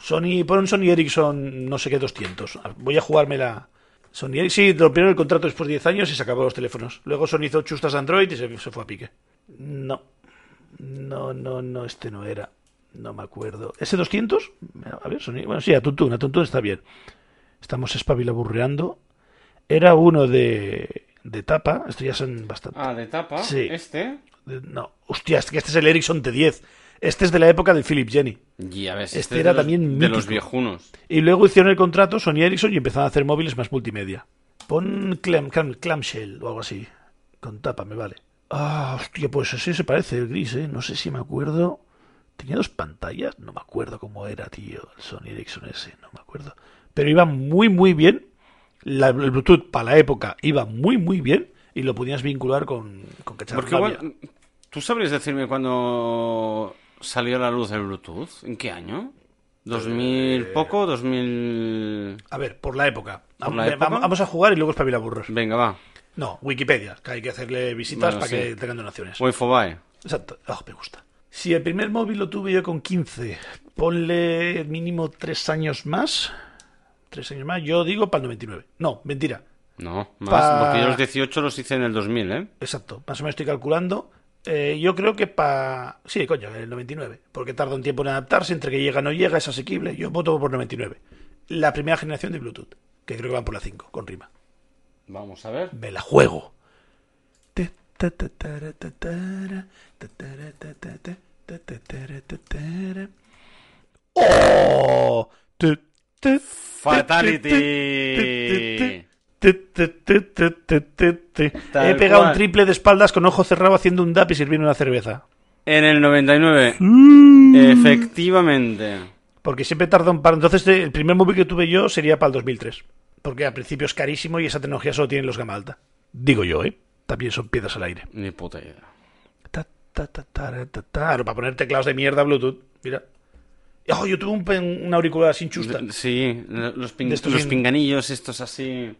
Sony, pon un Sony Ericsson, no sé qué, 200. Voy a jugármela. Sony Ericsson, sí, rompieron el contrato después de 10 años y se acabó los teléfonos. Luego Sony hizo chustas Android y se, se fue a pique. No, no, no, no, este no era. No me acuerdo. ¿Ese 200? A ver, Sony. Bueno, sí, a Tuntún, a Tuntún está bien. Estamos espabilaburreando. Era uno de, de tapa. Esto ya son bastante.
Ah, de tapa.
Sí.
Este.
De- No, hostia, es que este es el Ericsson T10. Este es de la época del Philip Jenny.
Y a ver, si
Este
es
era
de los-
también
de los
mítico.
viejunos.
Y luego hicieron el contrato Sony Ericsson y empezaron a hacer móviles más multimedia. Pon clam, clam- clamshell o algo así. Con tapa, me vale. Ah, hostia, pues así se parece el gris, ¿eh? No sé si me acuerdo. ¿Tenía dos pantallas? No me acuerdo cómo era, tío. El Sony Ericsson ese, no me acuerdo. Pero iba muy, muy bien. La- el Bluetooth para la época iba muy, muy bien. Y lo podías vincular con, con
Porque
Cacharrabia.
igual, ¿tú sabrías decirme cuándo salió a la luz el Bluetooth? ¿En qué año? ¿2000 poco? ¿2000...?
A ver, por la época.
¿Por
Vam-
la época?
vam- Vamos a jugar y luego espabila burros.
Venga, va.
No, Wikipedia, que hay que hacerle visitas
Bueno,
para
sí.
que tengan donaciones.
Wi-Fi.
Exacto. Ah, me gusta. Si el primer móvil lo tuve yo con 15, ponle mínimo tres años más. Tres años más, yo digo para el 99. No, mentira.
No, más.
Pa-
Porque yo los 18 los hice en el 2000, ¿eh?
Exacto, más o menos estoy calculando. Eh, yo creo que para... Sí, coño, el 99. Porque tarda un tiempo en adaptarse, entre que llega no llega, es asequible. Yo voto por 99. La primera generación de Bluetooth, que creo que van por la 5, con rima.
Vamos a ver.
me la juego. Te, ta, ta, tara, ta, tara, ta, tara, ta, ta, ta, ta, ta, tara, ta, tara. ¡Oh! Te, te, te,
Fatality.
te, te, te, te, te, te, te.
Tal
He pegado un
cual.
triple de espaldas con ojo cerrado haciendo un dap y sirviendo una cerveza.
En el 99. Mm. Efectivamente.
Porque siempre tarda un par. Entonces, eh, el primer móvil que tuve yo sería para el 2003. Porque al principio es carísimo y esa tecnología solo tienen los gama alta. Digo yo, ¿eh? También son piedras al aire.
Ni puta idea.
Ta, ta, ta, tara, ta, ta. Claro, para poner teclados de mierda Bluetooth. Mira. Oh, yo tuve un, pen- un auricular sin chusta.
De- Sí, los, ping-
De estos
los
sin-
pinganillos estos así...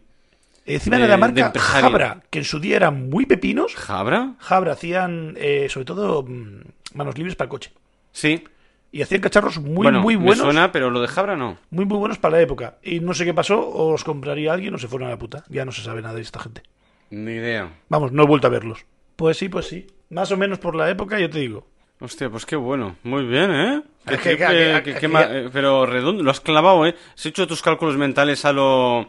Eh, Encima
de-
era la
de
marca
empresario.
Jabra, que en su día eran muy pepinos.
¿Jabra?
Jabra hacían, eh, sobre todo, mm, manos libres para el coche.
Sí.
Y hacían cacharros muy,
bueno,
muy
me
buenos.
suena, pero lo de Jabra no.
Muy, muy buenos para la época. Y no sé qué pasó, o los compraría alguien o se fueron a la puta. Ya no se sabe nada de esta gente.
Ni idea.
Vamos, no he vuelto a verlos. Pues sí, pues sí. Más o menos por la época, yo te digo.
Hostia, pues qué bueno. Muy bien, ¿eh? Qué
Es que-
triple,
que- que-
que-
que-
qué ma- eh, Pero redondo, lo has clavado, ¿eh? Has hecho tus cálculos mentales a lo...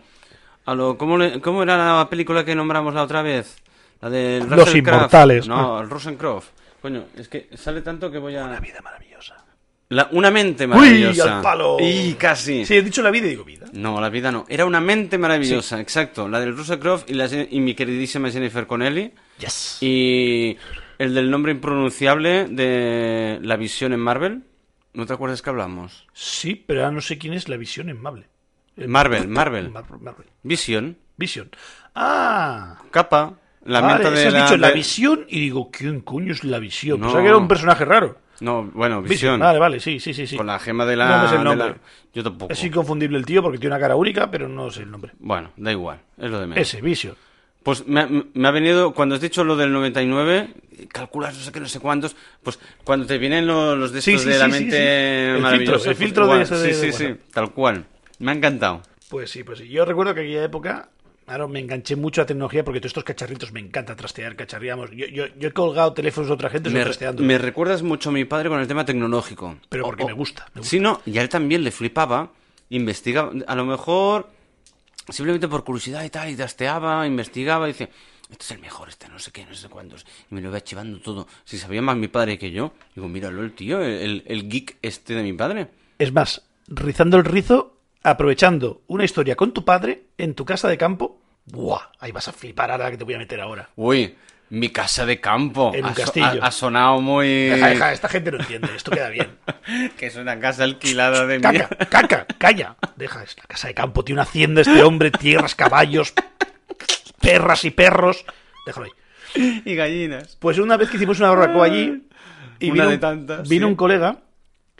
A lo ¿cómo, le- ¿Cómo era la película que nombramos la otra vez? La del
Los
Russell Crowe.
Inmortales.
No, el Rosencroft. Coño, es que sale tanto que voy
Una
a...
vida maravillosa.
La- una mente
¡Uy,
maravillosa.
al palo!
Y casi.
Sí, he dicho la vida y digo vida.
No, la vida no. Era una mente maravillosa, exacto. La del Russell Crowe y, la Jen- y mi queridísima Jennifer Connelly.
Yes.
Y el del nombre impronunciable de la visión en Marvel. ¿No te acuerdas que hablamos?
Sí, pero ahora no sé quién es la visión en Marvel.
Marvel, Marvel.
Mar- Marvel.
Visión,
Vision. Ah,
capa, la
vale,
menta
es
de
que has
la,
dicho la
de-
visión y digo, ¿quién coño es la visión?
No.
Pensaba que era un personaje raro.
No, bueno,
Vision.
visión.
Vale, vale, sí, sí, sí. sí.
Con la gema de la...
No me sé el
de la-
nombre.
Yo tampoco.
Es inconfundible el tío porque tiene una cara única, pero no sé el nombre.
Bueno, da igual. Es lo de menos.
Ese, Vision.
Pues me ha, me ha venido, cuando has dicho lo del 99, calculas no sé qué, no sé cuántos, pues cuando te vienen lo- los de
Sí,
estos
sí,
de
sí,
la
sí,
mente
sí. El
maravillosa,
filtro, el
pues
filtro de
igual.
ese
Sí,
de-
sí,
de
sí,
WhatsApp.
tal cual. Me ha encantado.
Pues sí, pues sí. Yo recuerdo que aquella época, claro, me enganché mucho a tecnología porque todos estos cacharritos me encanta trastear, cacharríamos. Yo, yo, yo he colgado teléfonos de otra gente solo
Me,
trasteando.
me recuerdas mucho a mi padre con el tema tecnológico.
Pero porque
O- o-
me gusta. me gusta.
Sí, no, y a él también le flipaba, investigaba, a lo mejor simplemente por curiosidad y tal, y trasteaba, investigaba, y dice, este es el mejor, este no sé qué, no sé cuántos, y me lo iba chivando todo. Si sabía más mi padre que yo, digo, míralo el tío, el, el geek este de mi padre.
Es más, rizando el rizo, aprovechando una historia con tu padre en tu casa de campo. ¡Buah! Ahí vas a flipar ahora que te voy a meter ahora.
Uy, mi casa de campo.
En un
ha, so-
castillo.
ha- ha sonado muy...
Deja, deja, esta gente no entiende, esto queda bien.
que es una casa alquilada de
Caca,
mierda.
caca, calla. Deja, es la casa de campo, tiene una hacienda este hombre, tierras, caballos, perras y perros. Déjalo ahí.
y gallinas.
Pues una vez que hicimos una barbacoa allí, y
Una
vino,
de
un-
tantas,
vino
sí.
un colega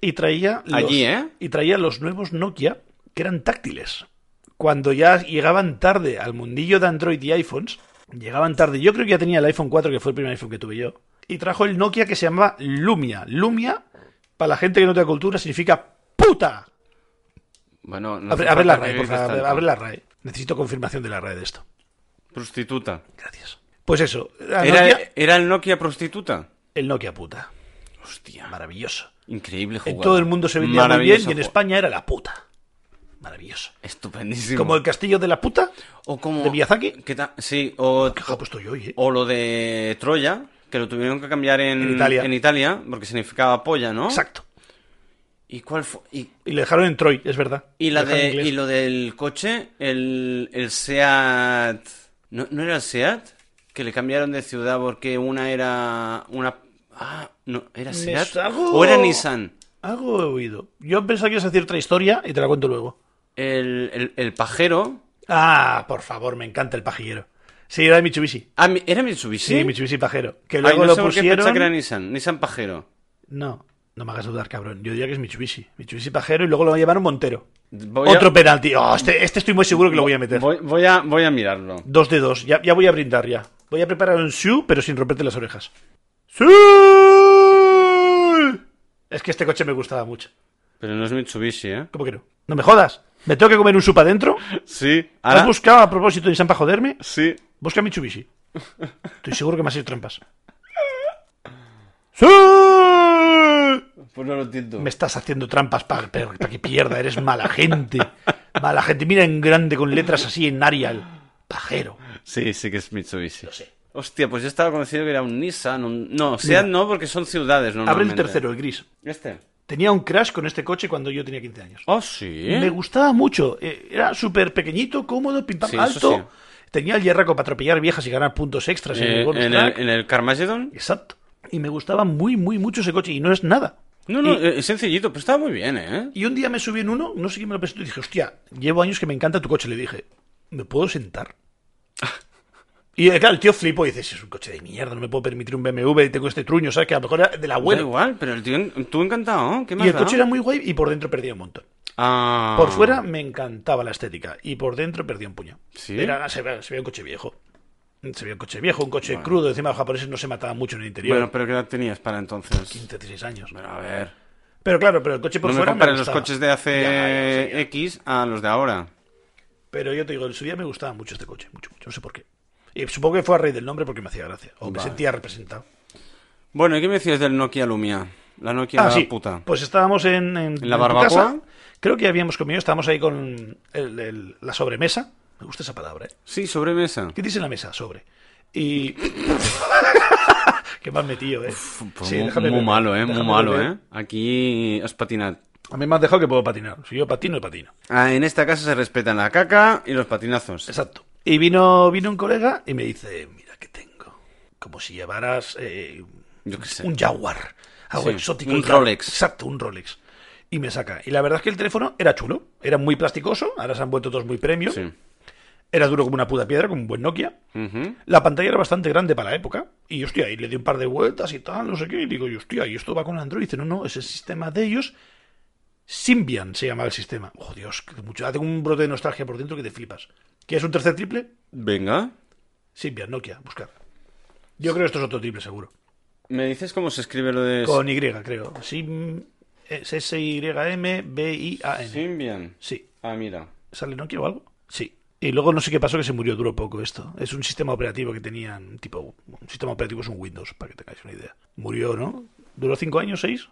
y traía los,
Allí, ¿eh?
y traía los nuevos Nokia que eran táctiles. Cuando ya llegaban tarde al mundillo de Android y iPhones, llegaban tarde. Yo creo que ya tenía el iPhone 4, que fue el primer iPhone que tuve yo. y trajo el Nokia que se llamaba Lumia. Lumia, para la gente que no tenga cultura, significa puta.
Bueno, no
Abre,
hace
abre la
falta que
RAE, por
grites
favor, abre,
tanto.
abre la RAE. Necesito confirmación de la RAE de esto.
Prostituta.
Gracias. Pues eso, la Nokia-
¿Era, ¿Era el Nokia prostituta?
el Nokia puta.
Hostia,
Maravilloso.
increíble
En
jugada.
todo el mundo se vendía muy bien
Maravillosa
y en
jugada.
España era la puta. Maravilloso.
Estupendísimo.
Como el castillo de la puta.
o como...
de Miyazaki.
¿Qué tal? Sí, o,
¿Qué japo estoy hoy, eh?
o lo de Troya, que lo tuvieron que cambiar en,
En Italia.
Italia, porque significaba polla, ¿no?
Exacto.
¿Y cuál fue? Y,
Y le dejaron en Troy, es verdad.
y la
Lo dejaron
de,
en inglés.
y lo del coche, el, el SEAT... ¿No, no era el SEAT? Que le cambiaron de ciudad porque una era... una Ah, no, ¿era
Me
SEAT?
salgo-
¿O era Nissan?
Algo he oído. Yo pensaba que ibas a decir otra historia y te la cuento luego.
El, el, el pajero...
Ah, por favor, me encanta el pajillero. Sí, era de Mitsubishi.
Ah, mi- ¿era Mitsubishi?
Sí, Mitsubishi pajero. Que
Ay,
luego
no
lo
sé por qué
pusieron.
pensaba que era Nissan. Nissan pajero.
No, no me hagas dudar, cabrón. Yo diría que es Mitsubishi. Mitsubishi pajero y luego lo llamaron Montero.
Voy a-
Otro penalti. Oh, este, este estoy muy seguro que lo voy a meter.
Voy, voy a, voy a mirarlo.
Dos de dos. Ya, ya voy a brindar ya. Voy a preparar un Siu, pero sin romperte las orejas. ¡Sí! Es que este coche me gustaba mucho.
Pero no es Mitsubishi, ¿eh?
¿Cómo que no? No me jodas. ¿Me tengo que comer un supa adentro?
Sí.
¿Has
Ahora...
buscado a propósito de San para joderme?
Sí.
Busca a Mitsubishi. Estoy seguro que me has hecho trampas. ¡Sí!
Pues no lo entiendo.
Me estás haciendo trampas para que pierda. Eres mala gente. Mala gente. Mira en grande con letras así en Arial. Pajero.
Sí, sí que es Mitsubishi.
sé.
Hostia, pues yo estaba convencido que era un Nissan. un- No, Seat no, porque son ciudades
Abre el
normalmente.
tercero, el gris.
Este.
Tenía un crash con este coche cuando yo tenía 15 años.
Oh, sí.
Me gustaba mucho. Eh, Era súper pequeñito, cómodo, pim pam,
Sí, eso
alto.
sí.
Tenía el yerraco para atropellar viejas y ganar puntos extras en
Eh,
el bonus
en,
track.
el, en el Carmageddon.
Exacto. Y me gustaba muy, muy mucho ese coche. Y no es nada.
No, no,
Y,
eh, es sencillito, pero estaba muy bien, ¿eh?
y un día me subí en uno, no sé quién me lo presentó, y dije, hostia, llevo años que me encanta tu coche. Le dije, ¿me puedo sentar? Y eh, claro, el tío flipó y dice, si es un coche de mierda, no me puedo permitir un BMW y tengo este truño, ¿sabes? Que a lo mejor era de la
Bueno.
abuela.
igual, pero el tío, en- tú encantado, ¿eh? ¿Qué más
Y el
da?
coche era muy guay y por dentro perdía un montón.
Ah.
Por fuera me encantaba la estética y por dentro perdí un puño.
¿Sí?
Era- se, ve- se veía, un coche viejo. Se veía un coche viejo, un coche crudo. Encima los japoneses no se mataban mucho en el interior.
Bueno, pero ¿qué edad tenías para entonces?
15, 16 años.
Bueno, a ver.
Pero claro, pero el coche por
no me
fuera
compares los
gustaba.
coches de hace
Ya, ya, ya.
X a los de ahora.
Pero yo te digo, en su día me gustaba mucho este coche. Mucho, mucho. No sé por qué. Y supongo que fue a raíz del nombre porque me hacía gracia. O me
Vale.
sentía representado.
Bueno, ¿y qué me decías del Nokia Lumia? La Nokia
ah, sí.
puta.
Pues estábamos en, en-
¿En la
en tu
barbacoa?
casa. Creo que ya habíamos comido. Estábamos ahí con el- el- la sobremesa. Me gusta esa palabra, ¿eh?
Sí, sobremesa.
¿Qué dice en la mesa? Sobre. Y. Qué mal metido, eh.
Pues
Sí,
mu-
déjame
muy
beber,
malo, eh, muy
déjame
malo,
beber.
eh. Aquí has patinado.
A mí me has dejado que puedo patinar. Si yo patino, patino.
Ah, en esta casa se respetan la caca y los patinazos.
Exacto. Y vino, vino un colega y me dice: Mira que tengo. Como si llevaras eh,
Yo qué sé.
un Jaguar. Algo
Sí,
exótico.
un
y raro.
Rolex.
Exacto, un Rolex. Y me saca. Y la verdad es que el teléfono era chulo. Era muy plasticoso. Ahora se han vuelto todos muy premium.
Sí.
Era duro como una puta piedra, como un buen Nokia.
Ujú.
La pantalla era bastante grande para la época. Y hostia, y le di un par de vueltas y tal, no sé qué. Y digo, y hostia, ¿y esto va con Android? Y dice, no, no, es el sistema de ellos. Symbian se llama el sistema. Oh, Dios, que mucho. Ah, tengo un brote de nostalgia por dentro que te flipas. ¿Quieres un tercer triple?
Venga.
Symbian, Nokia, buscar. Yo creo que esto es otro triple seguro.
¿Me dices cómo se escribe lo de
Con Y, creo. Sim, S-Y-M-B-I-A-N. Sí.
Symbian? Ah, mira.
¿Sale Nokia o algo? Sí. Y luego no sé qué pasó que se murió, duró poco esto. Es un sistema operativo que tenían, tipo, un sistema operativo es un Windows, para que tengáis una idea. Murió, ¿no? ¿Duró cinco años, seis?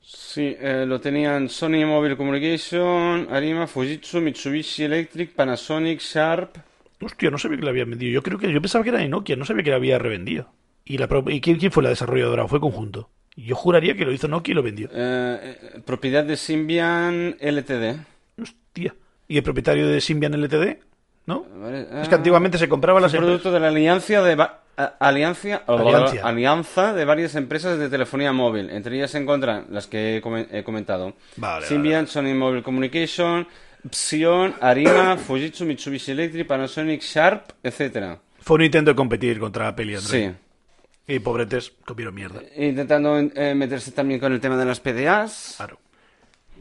Sí, eh, lo tenían Sony Mobile Communication, Arima, Fujitsu, Mitsubishi Electric, Panasonic, Sharp.
Hostia, no sabía que la habían vendido. Yo creo que, yo pensaba que era de Nokia, no sabía que la había revendido. ¿Y, la, pro- ¿y quién, quién fue la desarrolladora? Fue conjunto. Yo juraría que lo hizo Nokia y lo vendió.
Eh, eh, propiedad de Symbian LTD.
Hostia. ¿Y el propietario de Symbian LTD? ¿No?
Vale,
Es que
ah.
antiguamente se compraba las
Es un producto de la alianza de va- a- alianza,
Alianza.
alianza de varias empresas de telefonía móvil. Entre ellas se encuentran las que he, comen- he comentado.
Vale,
Symbian, Sony Mobile Communication, Psion, Arima, Fujitsu, Mitsubishi Electric, Panasonic, Sharp, etcétera.
Fue un intento de competir contra Apple y Android.
Sí.
Y pobretes comieron mierda.
Intentando eh, meterse también con el tema de las PDAs.
Claro.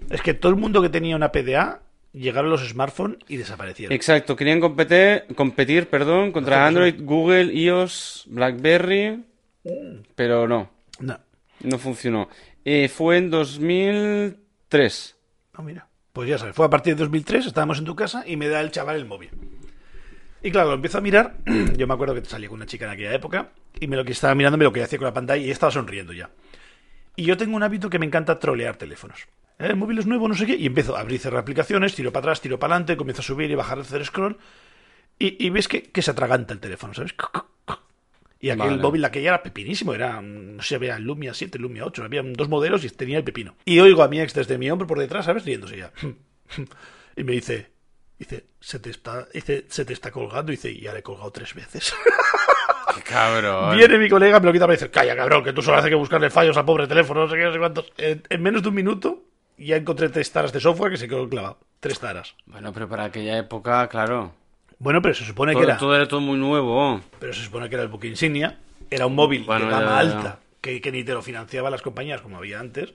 Es que todo el mundo que tenía una PDA llegaron los smartphones y desaparecieron.
Exacto, querían competir, competir perdón, contra
Nosotros,
Android, Google, iOS, BlackBerry. Pero no,
No.
no funcionó. Eh, fue en 2003.
Ah, mira. Pues ya sabes, fue a partir de 2003, estábamos en tu casa y me da el chaval el móvil. Y claro, lo empiezo a mirar. Yo me acuerdo que salí con una chica en aquella época y me lo que estaba mirando, me lo que hacía con la pantalla y estaba sonriendo ya. Y yo tengo un hábito que me encanta trolear teléfonos. Eh, El móvil es nuevo, no sé qué, y empiezo a abrir y cerrar aplicaciones, tiro para atrás, tiro para adelante, comienzo a subir y bajar, hacer scroll. Y, y ves que, que se atraganta el teléfono, ¿sabes? Y aquel
Vale.
móvil, aquella era pepinísimo, era, mm, no sé, había Lumia 7, Lumia 8, había dos modelos y tenía el pepino. Y oigo a mi ex desde mi hombro por detrás, ¿sabes? Riéndose ya. Y me dice, dice, se te está, dice, se te está colgando, dice, y ya le he colgado tres veces.
¡Qué cabrón!
Viene mi colega, me lo quita y me dice, calla cabrón, que tú solo haces que buscarle fallos al pobre teléfono, no sé qué, no sé cuántos. En, en menos de un minuto ya encontré tres taras de software que se quedó clavado. Tres taras.
Bueno, pero para aquella época, claro.
Bueno, pero se supone que
Todo,
era,
todo era todo muy nuevo.
pero se supone que era el buque insignia, era un móvil
Bueno,
de
ya,
gama
ya, ya.
alta, que, que ni te lo financiaban las compañías como había antes.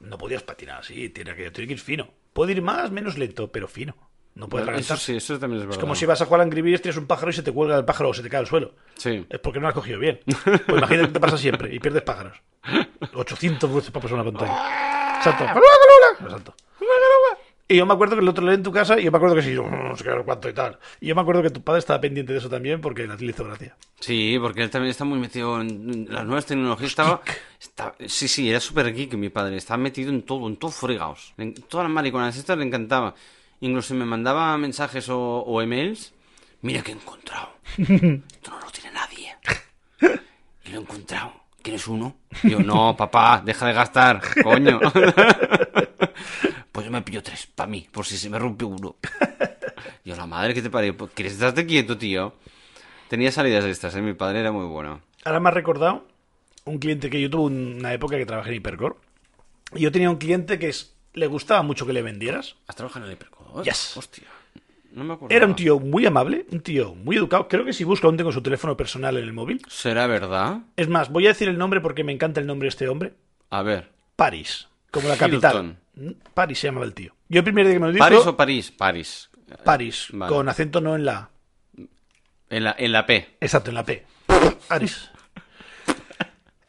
No podías patinar así, tiene que, tiene que ir fino. Puede ir más, menos lento, pero fino. No puedes
Bueno, eso
reventarse.
sí, eso también es
Es
verdad.
como si vas a jugar a Angry Birds, tienes un pájaro y se te cuelga el pájaro o se te cae al suelo.
Sí.
Es porque no lo has cogido bien. Pues imagínate que te pasa siempre y pierdes pájaros. 800 veces para pasar una pantalla. Exacto. Exacto. Y yo me acuerdo que el otro lo leí en tu casa y yo me acuerdo que sí, yo, "Mm, no sé qué, cuánto y tal. Y yo me acuerdo que tu padre estaba pendiente de eso también porque la le hizo gracia.
Sí, porque él también está muy metido en las nuevas tecnologías. Estaba, está- sí, sí, era súper geek mi padre. Estaba metido en todo, en todo fregados. En todas las mariconas estas le encantaba. Incluso me mandaba mensajes o, o emails. Mira que he encontrado. Esto no lo tiene nadie. Y lo he encontrado. ¿Quieres uno? Y yo, no, papá, deja de gastar, coño. Pues yo me pillo tres, para mí, por si se me rompe uno. Yo, la madre que te parió, pues, ¿quieres estarte quieto, tío? Tenía salidas estas, ¿eh? Mi padre era muy bueno.
Ahora me ha recordado un cliente que yo tuve una época que trabajé en Hipercore. Y yo tenía un cliente que es, le gustaba mucho que le vendieras.
¿Has trabajado en el Hipercore?
Yes.
Hostia. No me acuerdo.
Era un tío muy amable, un tío muy educado. Creo que si busco aún tengo su teléfono personal en el móvil.
¿Será verdad?
Es más, voy a decir el nombre porque me encanta el nombre de este hombre.
A ver.
París, como la
Hilton.
capital. Mm, París se llamaba el tío. Yo el primer día que me lo dijo,
¿París o París? París.
París,
Vale.
con acento no en la A.
En la, en la P.
Exacto, en la P. París.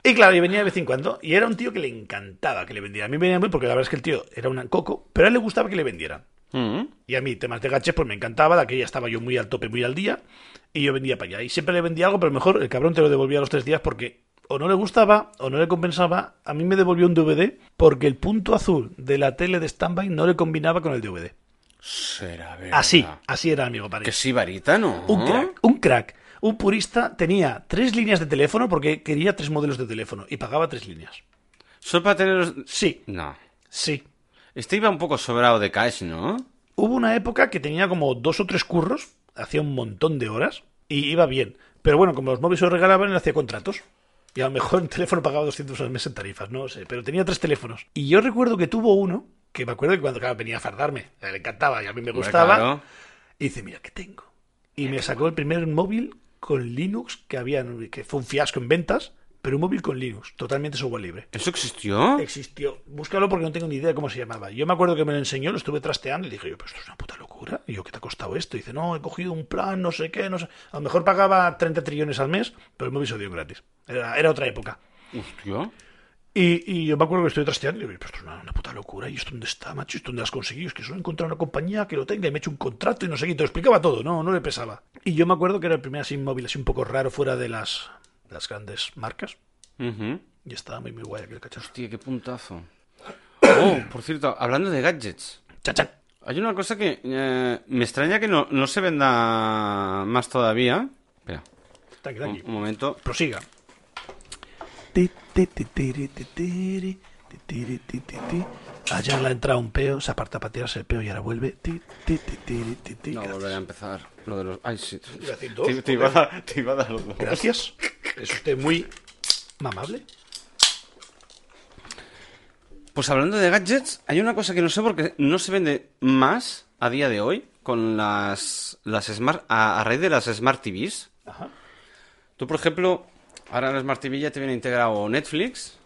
Y claro, y venía de vez en cuando, y era un tío que le encantaba que le vendieran. A mí me venía muy porque la verdad es que el tío era un coco, pero a él le gustaba que le vendieran.
Mm.
Y a mí temas de gaches pues me encantaba, de aquella estaba yo muy al tope, muy al día, y yo vendía para allá. Y siempre le vendía algo, pero a lo mejor el cabrón te lo devolvía a los tres días porque o no le gustaba o no le compensaba. A mí me devolvió un DVD porque el punto azul de la tele de standby no le combinaba con el DVD.
¿Será verdad?
Así, así era amigo París.
Que sí, varita, ¿no?
Un crack, un crack. Un purista tenía tres líneas de teléfono porque quería tres modelos de teléfono y pagaba tres líneas.
Solo para tener... los-
Sí,
No.
sí.
Este iba un poco sobrado de cash, ¿no?
Hubo una época que tenía como dos o tres curros, hacía un montón de horas y iba bien. Pero bueno, como los móviles se lo regalaban, él hacía contratos. Y a lo mejor el teléfono pagaba 200 al mes en tarifas, no sé. Pero tenía tres teléfonos. Y yo recuerdo que tuvo uno, que me acuerdo que cuando claro, venía a fardarme, a él le encantaba y a mí me
Hombre,
gustaba.
claro.
Y dice, mira, ¿qué tengo? Y me sacó el primer móvil con Linux, que, había, que fue un fiasco en ventas, pero un móvil con Linux, totalmente software libre.
¿Eso existió?
Existió. Búscalo porque no tengo ni idea de cómo se llamaba. Yo me acuerdo que me lo enseñó, lo estuve trasteando y dije yo, pero esto es una puta locura. Y yo, ¿qué te ha costado esto? Y dice, no, he cogido un plan, no sé qué, no sé. A lo mejor pagaba 30 trillones al mes, pero el móvil se lo dio gratis. Era, era otra época.
Hostia.
Y, y yo me acuerdo que estoy trasteando y digo, pero esto es una, una puta locura. ¿Y esto dónde está, macho? ¿Esto dónde lo has conseguido? Es que solo he encontrado una compañía que lo tenga y me he hecho un contrato y no sé qué. Y te lo explicaba todo, no, no le pesaba. Y yo me acuerdo que era el primer así móvil así un poco raro fuera de las, de las grandes marcas.
Ujú.
Y estaba muy, muy guay aquel cacharro.
Hostia, qué puntazo. Oh, por cierto, hablando de gadgets.
¡Chachán!
Hay una cosa que eh, me extraña que no, no se venda más todavía. Espera,
Tranqui,
un,
tranqui.
un momento.
Prosiga. Ti, ti, ti, tiri, ti, tiri, ti, tiri, ti, ti, ti. Allá en la entrada un peo, se aparta para tirarse el peo y ahora vuelve. Ti, ti, ti, tiri, ti, ti.
No,
Gracias.
volveré a empezar. Lo de los... Ay, sí.
Iba a decir dos,
Te, te iba a dar, te iba a dar los dos.
Gracias. Es usted muy mamable.
Pues hablando de gadgets, hay una cosa que no sé porque no se vende más a día de hoy con las, las smart... A, a raíz de las Smart TVs.
Ajá.
Tú, por ejemplo, ahora en la Smart TV ya te viene integrado Netflix,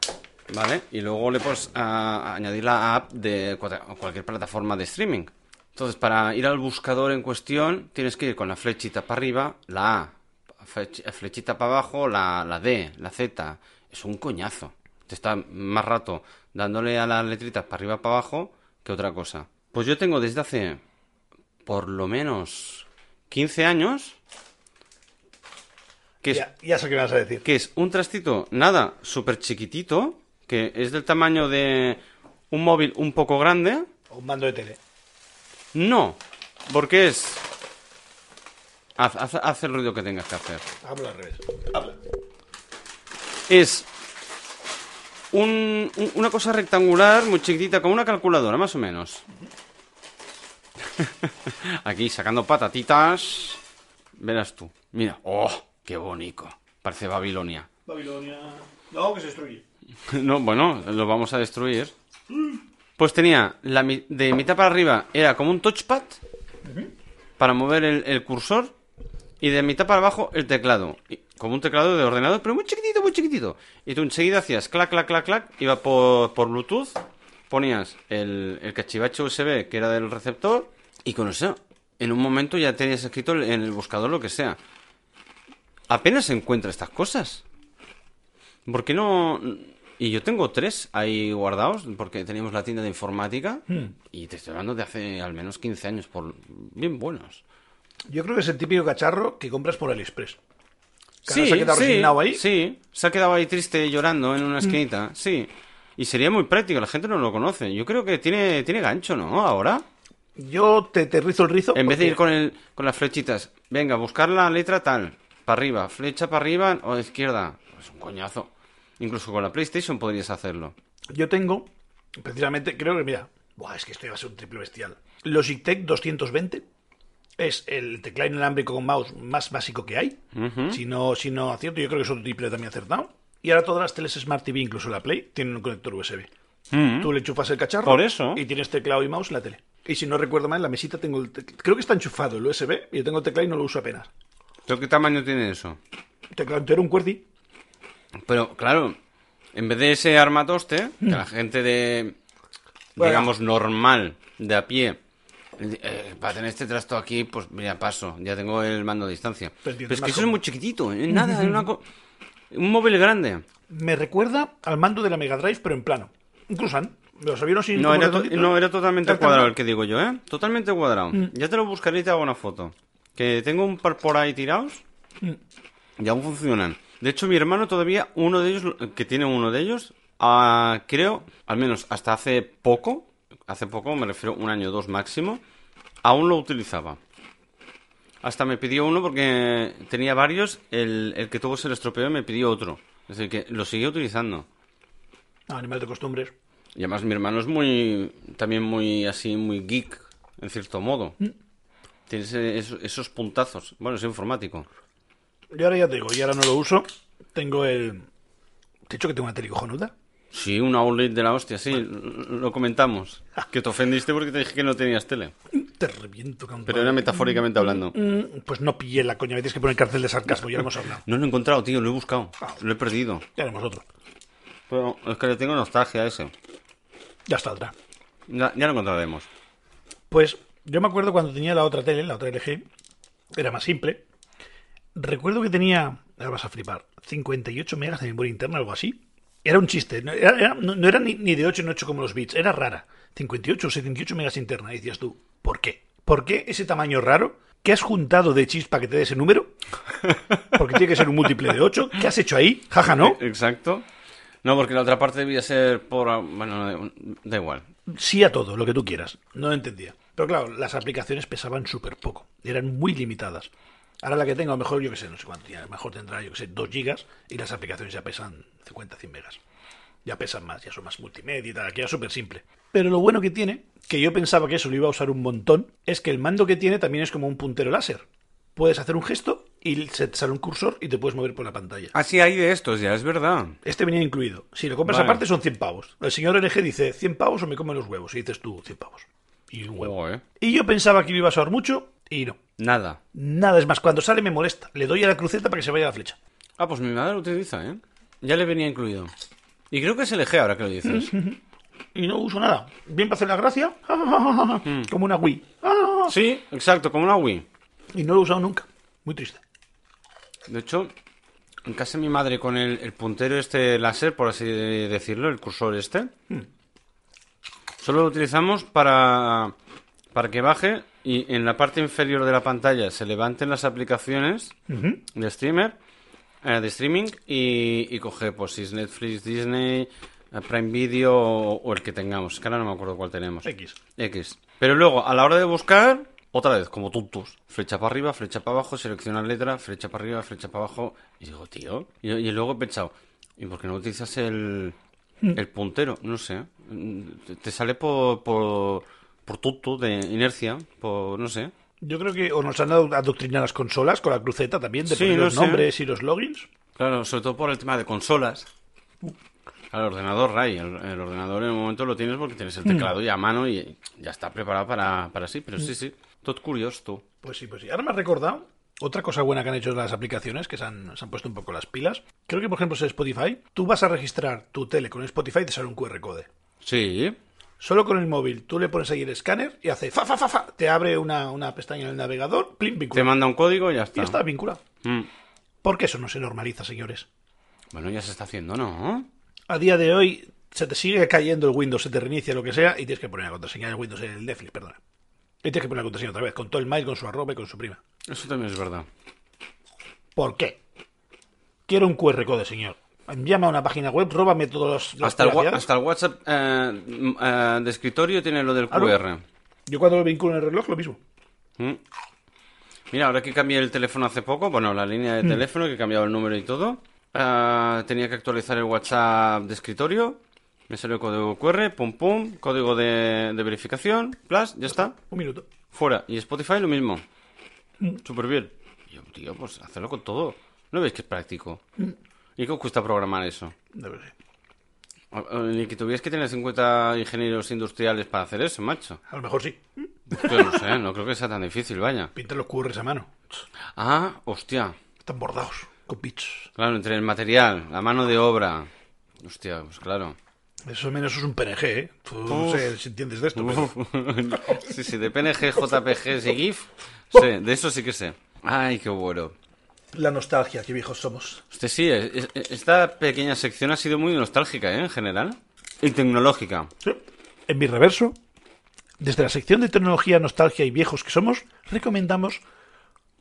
¿vale? Y luego le puedes a- a añadir la app de cuata- o cualquier plataforma de streaming. Entonces, para ir al buscador en cuestión, tienes que ir con la flechita para arriba, la A flech- flechita para abajo, la, la D, la Z. Es un coñazo. Te está más rato dándole a las letritas para arriba para abajo que otra cosa. Pues yo tengo desde hace por lo menos 15 años que es
Ya, ya sé qué me vas a decir.
que es un trastito, nada, súper chiquitito, que es del tamaño de un móvil un poco grande.
Un mando de tele.
No, porque es... Haz, haz- haz el ruido que tengas que hacer.
Habla al revés. Habla.
Es un- un- una cosa rectangular, muy chiquitita, como una calculadora, más o menos. Aquí sacando patatitas. Verás tú. Mira, ¡oh! ¡Qué bonito! Parece Babilonia.
Babilonia. No, que se destruye.
No, bueno, los vamos a destruir. Pues tenía la mi- de mitad para arriba era como un touchpad para mover el, el cursor y de mitad para abajo el teclado, Y- como un teclado de ordenador, pero muy chiquitito, muy chiquitito. Y tú enseguida hacías clac, clac, clac, clac, iba por, por Bluetooth, ponías el, el cachivache USB que era del receptor y con eso, en un momento ya tenías escrito el- en el buscador lo que sea. Apenas se encuentra estas cosas. ¿Por qué no...? Y yo tengo tres ahí guardados, porque teníamos la tienda de informática, y te estoy hablando de hace al menos 15 años, por bien buenos.
Yo creo que es el típico cacharro que compras por AliExpress. Que
sí,
ahora se ha quedado
sí,
resignado ahí. Mm.
sí, se ha quedado ahí triste llorando en una esquinita, sí. Y sería muy práctico, la gente no lo conoce. Yo creo que tiene, tiene gancho, ¿no? Ahora,
Yo te, te rizo el rizo.
en vez de ir
porque
con, el, con las flechitas, venga, buscar la letra tal, para arriba, flecha para arriba o izquierda. Es un coñazo. Incluso con la PlayStation podrías hacerlo.
Yo tengo, precisamente, creo que mira. Buah, es que esto va a ser un triple bestial. Los Logitech 220 es el teclado inalámbrico con mouse más básico que hay. Si no, si no acierto, yo creo que es otro triple también acertado. Y ahora todas las teles Smart TV, incluso la Play, tienen un conector USB. Tú le enchufas el cacharro
Mm. Por eso.
y tienes teclado y mouse en la tele. Y si no recuerdo mal, en la mesita tengo el tec- creo que está enchufado el USB y yo tengo el teclado y no lo uso apenas.
¿Pero qué tamaño tiene eso?
Teclado entero, un QWERTY.
Pero claro, en vez de ese armatoste, que la gente de,
Mm. Bueno.
digamos, normal, de a pie, eh, para tener este trasto aquí, pues mira, paso, ya tengo el mando a distancia.
Pero
Pero,
tienes
es
más
que eso es
como-
muy chiquitito, eh, nada, es una co- un móvil grande.
Me recuerda al mando de la Mega Drive, pero en plano. Un Cruzan. Los aviones sin
No
como
era, to-
redondito.
no, era totalmente
Rectangular.
cuadrado el que digo yo, ¿eh? Totalmente cuadrado. Ya te lo buscaré y te hago una foto. Que tengo un par por ahí tirados y aún funcionan. De hecho, mi hermano todavía, uno de ellos, que tiene uno de ellos, ah, creo, al menos hasta hace poco, hace poco, me refiero un año o dos máximo, aún lo utilizaba. Hasta me pidió uno porque tenía varios, el, el que tuvo se le estropeó y me pidió otro. Es decir, que lo seguía utilizando.
Ah, Animal de costumbres.
Y además mi hermano es muy, también muy así, muy geek, en cierto modo. Tiene ese- esos, esos puntazos. Bueno, es informático.
Yo ahora ya te digo, y ahora no lo uso. Tengo el. Te he dicho que tengo una tele cojonuda.
Sí, una OLED de la hostia, sí, lo lo comentamos. Que te ofendiste porque te dije que no tenías tele.
Te reviento, cabrón.
Pero era metafóricamente hablando.
Mm, Pues no pillé la coña, me tienes que poner cárcel de sarcasmo, ya lo hemos hablado.
No lo he encontrado, tío, lo he buscado. Lo he perdido.
Ya haremos otro.
Pero es que le tengo nostalgia a ese.
Ya saldrá.
Ya, ya lo encontraremos.
Pues yo me acuerdo cuando tenía la otra tele, la otra LG, era más simple. Recuerdo que tenía, ahora vas a flipar, 58 megas de memoria interna, algo así. Era un chiste, no era, era- no- no era ni, ni de 8 en 8 como los bits, era rara. 58 o 78 megas interna, y decías tú, ¿por qué? ¿Por qué ese tamaño raro? ¿Qué has juntado de chispa que te dé ese número? Porque tiene que ser un múltiple de 8. ¿Qué has hecho ahí? Jaja, ¿no?
E- Exacto. No, porque la otra parte debía ser por... ah, Bueno, da- da igual.
sí a todo, lo que tú quieras. No lo entendía. Pero claro, las aplicaciones pesaban súper poco. Eran muy limitadas. Ahora la que tengo, a lo mejor, yo que sé, no sé cuánto, tiene, a lo mejor tendrá, yo que sé, 2 gigas y las aplicaciones ya pesan 50, 100 megas. Ya pesan más, ya son más multimedia y tal, aquí ya es súper simple. Pero lo bueno que tiene, que yo pensaba que eso lo iba a usar un montón, es que el mando que tiene también es como un puntero láser. Puedes hacer un gesto y se te sale un cursor y te puedes mover por la pantalla.
Ah, sí, hay de estos ya, es verdad.
Este venía incluido. Si lo compras
Vale.
aparte son 100 pavos. El señor LG dice 100 pavos o me comen los huevos. Y dices tú 100 pavos. Y un huevo.
Huevo, ¿eh?
Y yo pensaba que lo iba a usar mucho y no.
Nada.
Nada, es más, cuando sale me molesta. Le doy a la cruceta para que se vaya la flecha.
Ah, pues mi madre lo utiliza, ¿eh? Ya le venía incluido. Y creo que es LG ahora que lo dices.
Y no uso nada. Bien para hacer la gracia.
Mm.
Como una Wii.
sí, exacto, como una Wii.
Y no lo he usado nunca. Muy triste.
De hecho, en casa de mi madre con el, el puntero este láser, por así de- decirlo, el cursor este, solo lo utilizamos para, para que baje y en la parte inferior de la pantalla se levanten las aplicaciones de streamer, eh, de streaming y, y coge, pues si es Netflix, Disney, eh, Prime Video o, o el que tengamos. Que ahora no me acuerdo cuál tenemos.
Pues X.
X. Pero luego, a la hora de buscar, otra vez, como tontos. Flecha para arriba, flecha para abajo, seleccionar letra, flecha para arriba, flecha para abajo. Y digo, tío. Y, y luego he pensado, ¿y por qué no utilizas el, el puntero? No sé. Mm, te- Te sale por, por, por tonto, de inercia, por no sé.
Yo creo que o nos han dado adoctrinar las consolas con la cruceta también, de
Sí,
poner
no
los
sé.
nombres y los logins.
Claro, sobre todo por el tema de consolas. Al ordenador, Ray. El, el ordenador en un momento lo tienes porque tienes el teclado ya a mano y ya está preparado para, para sí. Pero sí, sí. Todo curioso, tú.
Pues sí, pues sí. Ahora me has recordado otra cosa buena que han hecho las aplicaciones, que se han, se han puesto un poco las pilas. Creo que, por ejemplo, en Spotify, tú vas a registrar tu tele con Spotify y te sale un QR code.
Sí.
Solo con el móvil, tú le pones ahí el escáner y hace fa, fa, fa, fa. Te abre una, una pestaña en el navegador, plim,
Te
vincula.
manda un código y ya
Y
está.
está vinculado.
Mm.
Porque eso no se normaliza, señores.
Bueno, ya se está haciendo, ¿no?
A día de hoy se te sigue cayendo el Windows, se te reinicia lo que sea y tienes que poner la contraseña del Windows en el Netflix, perdona. Y tienes que poner la contraseña otra vez, con todo el mail, con su arroba y con su prima.
Eso también es verdad.
¿Por qué? Quiero un QR code, señor. Llama a una página web, róbame todos los... las
Hasta el, wa-
privacidades.
hasta el WhatsApp eh, mm, eh, de escritorio tiene lo del
Claro.
QR.
Yo cuando lo vinculo en el reloj, lo mismo.
Mm. Mira, ahora que cambié el teléfono hace poco, bueno, la línea de teléfono, que he cambiado el número y todo, eh, tenía que actualizar el WhatsApp de escritorio. Me salió el código QR, pum pum, código de, de verificación, plus, ya está,
Un minuto.
fuera. Y Spotify lo mismo. Súper bien. Y yo, tío, pues hacerlo con todo. ¿No veis que es práctico? ¿Y qué os cuesta programar eso?
No lo sé.
O- o Ni que tuvieras que tener 50 ingenieros industriales para hacer eso, macho.
A lo mejor sí.
Yo no sé, no creo que sea tan difícil, vaya.
Pintar los QRs a mano.
Ah, hostia.
Están bordados, con bits.
Claro, entre el material, la mano de obra. Hostia, pues claro.
Eso menos es un PNG, ¿eh? Tú no
Uf.
sé si entiendes de esto, pero...
sí, sí, de PNG, JPGs y GIF. Sí, de eso sí que sé. Ay, qué bueno.
La nostalgia, qué viejos somos.
Usted sí, es- es- esta pequeña sección ha sido muy nostálgica, ¿eh? En general. Y tecnológica.
En mi reverso, desde la sección de tecnología, nostalgia y viejos que somos, recomendamos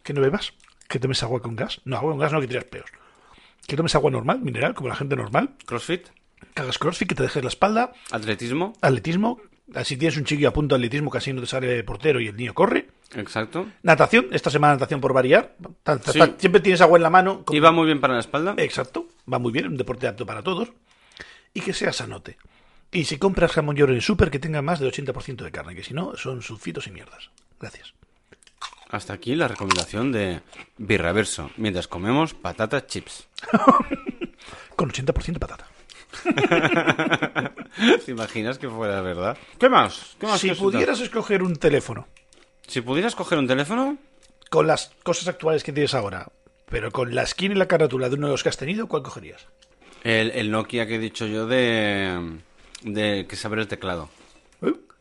que no bebas, que tomes agua con gas. No, agua con gas no, que tiras peos. Que tomes agua normal, mineral, como la gente normal.
Crossfit,
Que hagas crossfit, que te dejes la espalda.
atletismo,
Atletismo, si tienes un chiquillo a punto de atletismo, casi no te sale portero y el niño corre.
exacto.
Natación, esta semana natación por variar. Tan, tan,
Sí.
tan. Siempre tienes agua en la mano. con-
Y va muy bien para la espalda.
Exacto, va muy bien, un deporte apto para todos. Y que sea sanote. Y si compras jamón york en el súper, que tenga más del 80% de carne, que si no, son sulfitos y mierdas. Gracias.
Hasta aquí la recomendación de Birraverso, mientras comemos patatas chips.
Con 80% patata.
¿Te imaginas que fuera verdad? ¿Qué más? ¿Qué más
Si
que os-
pudieras escoger un teléfono
Si pudieras coger un teléfono,
con las cosas actuales que tienes ahora, pero con la skin y la carátula de uno de los que has tenido, ¿cuál cogerías?
el, el Nokia que he dicho yo de, de que saber el teclado.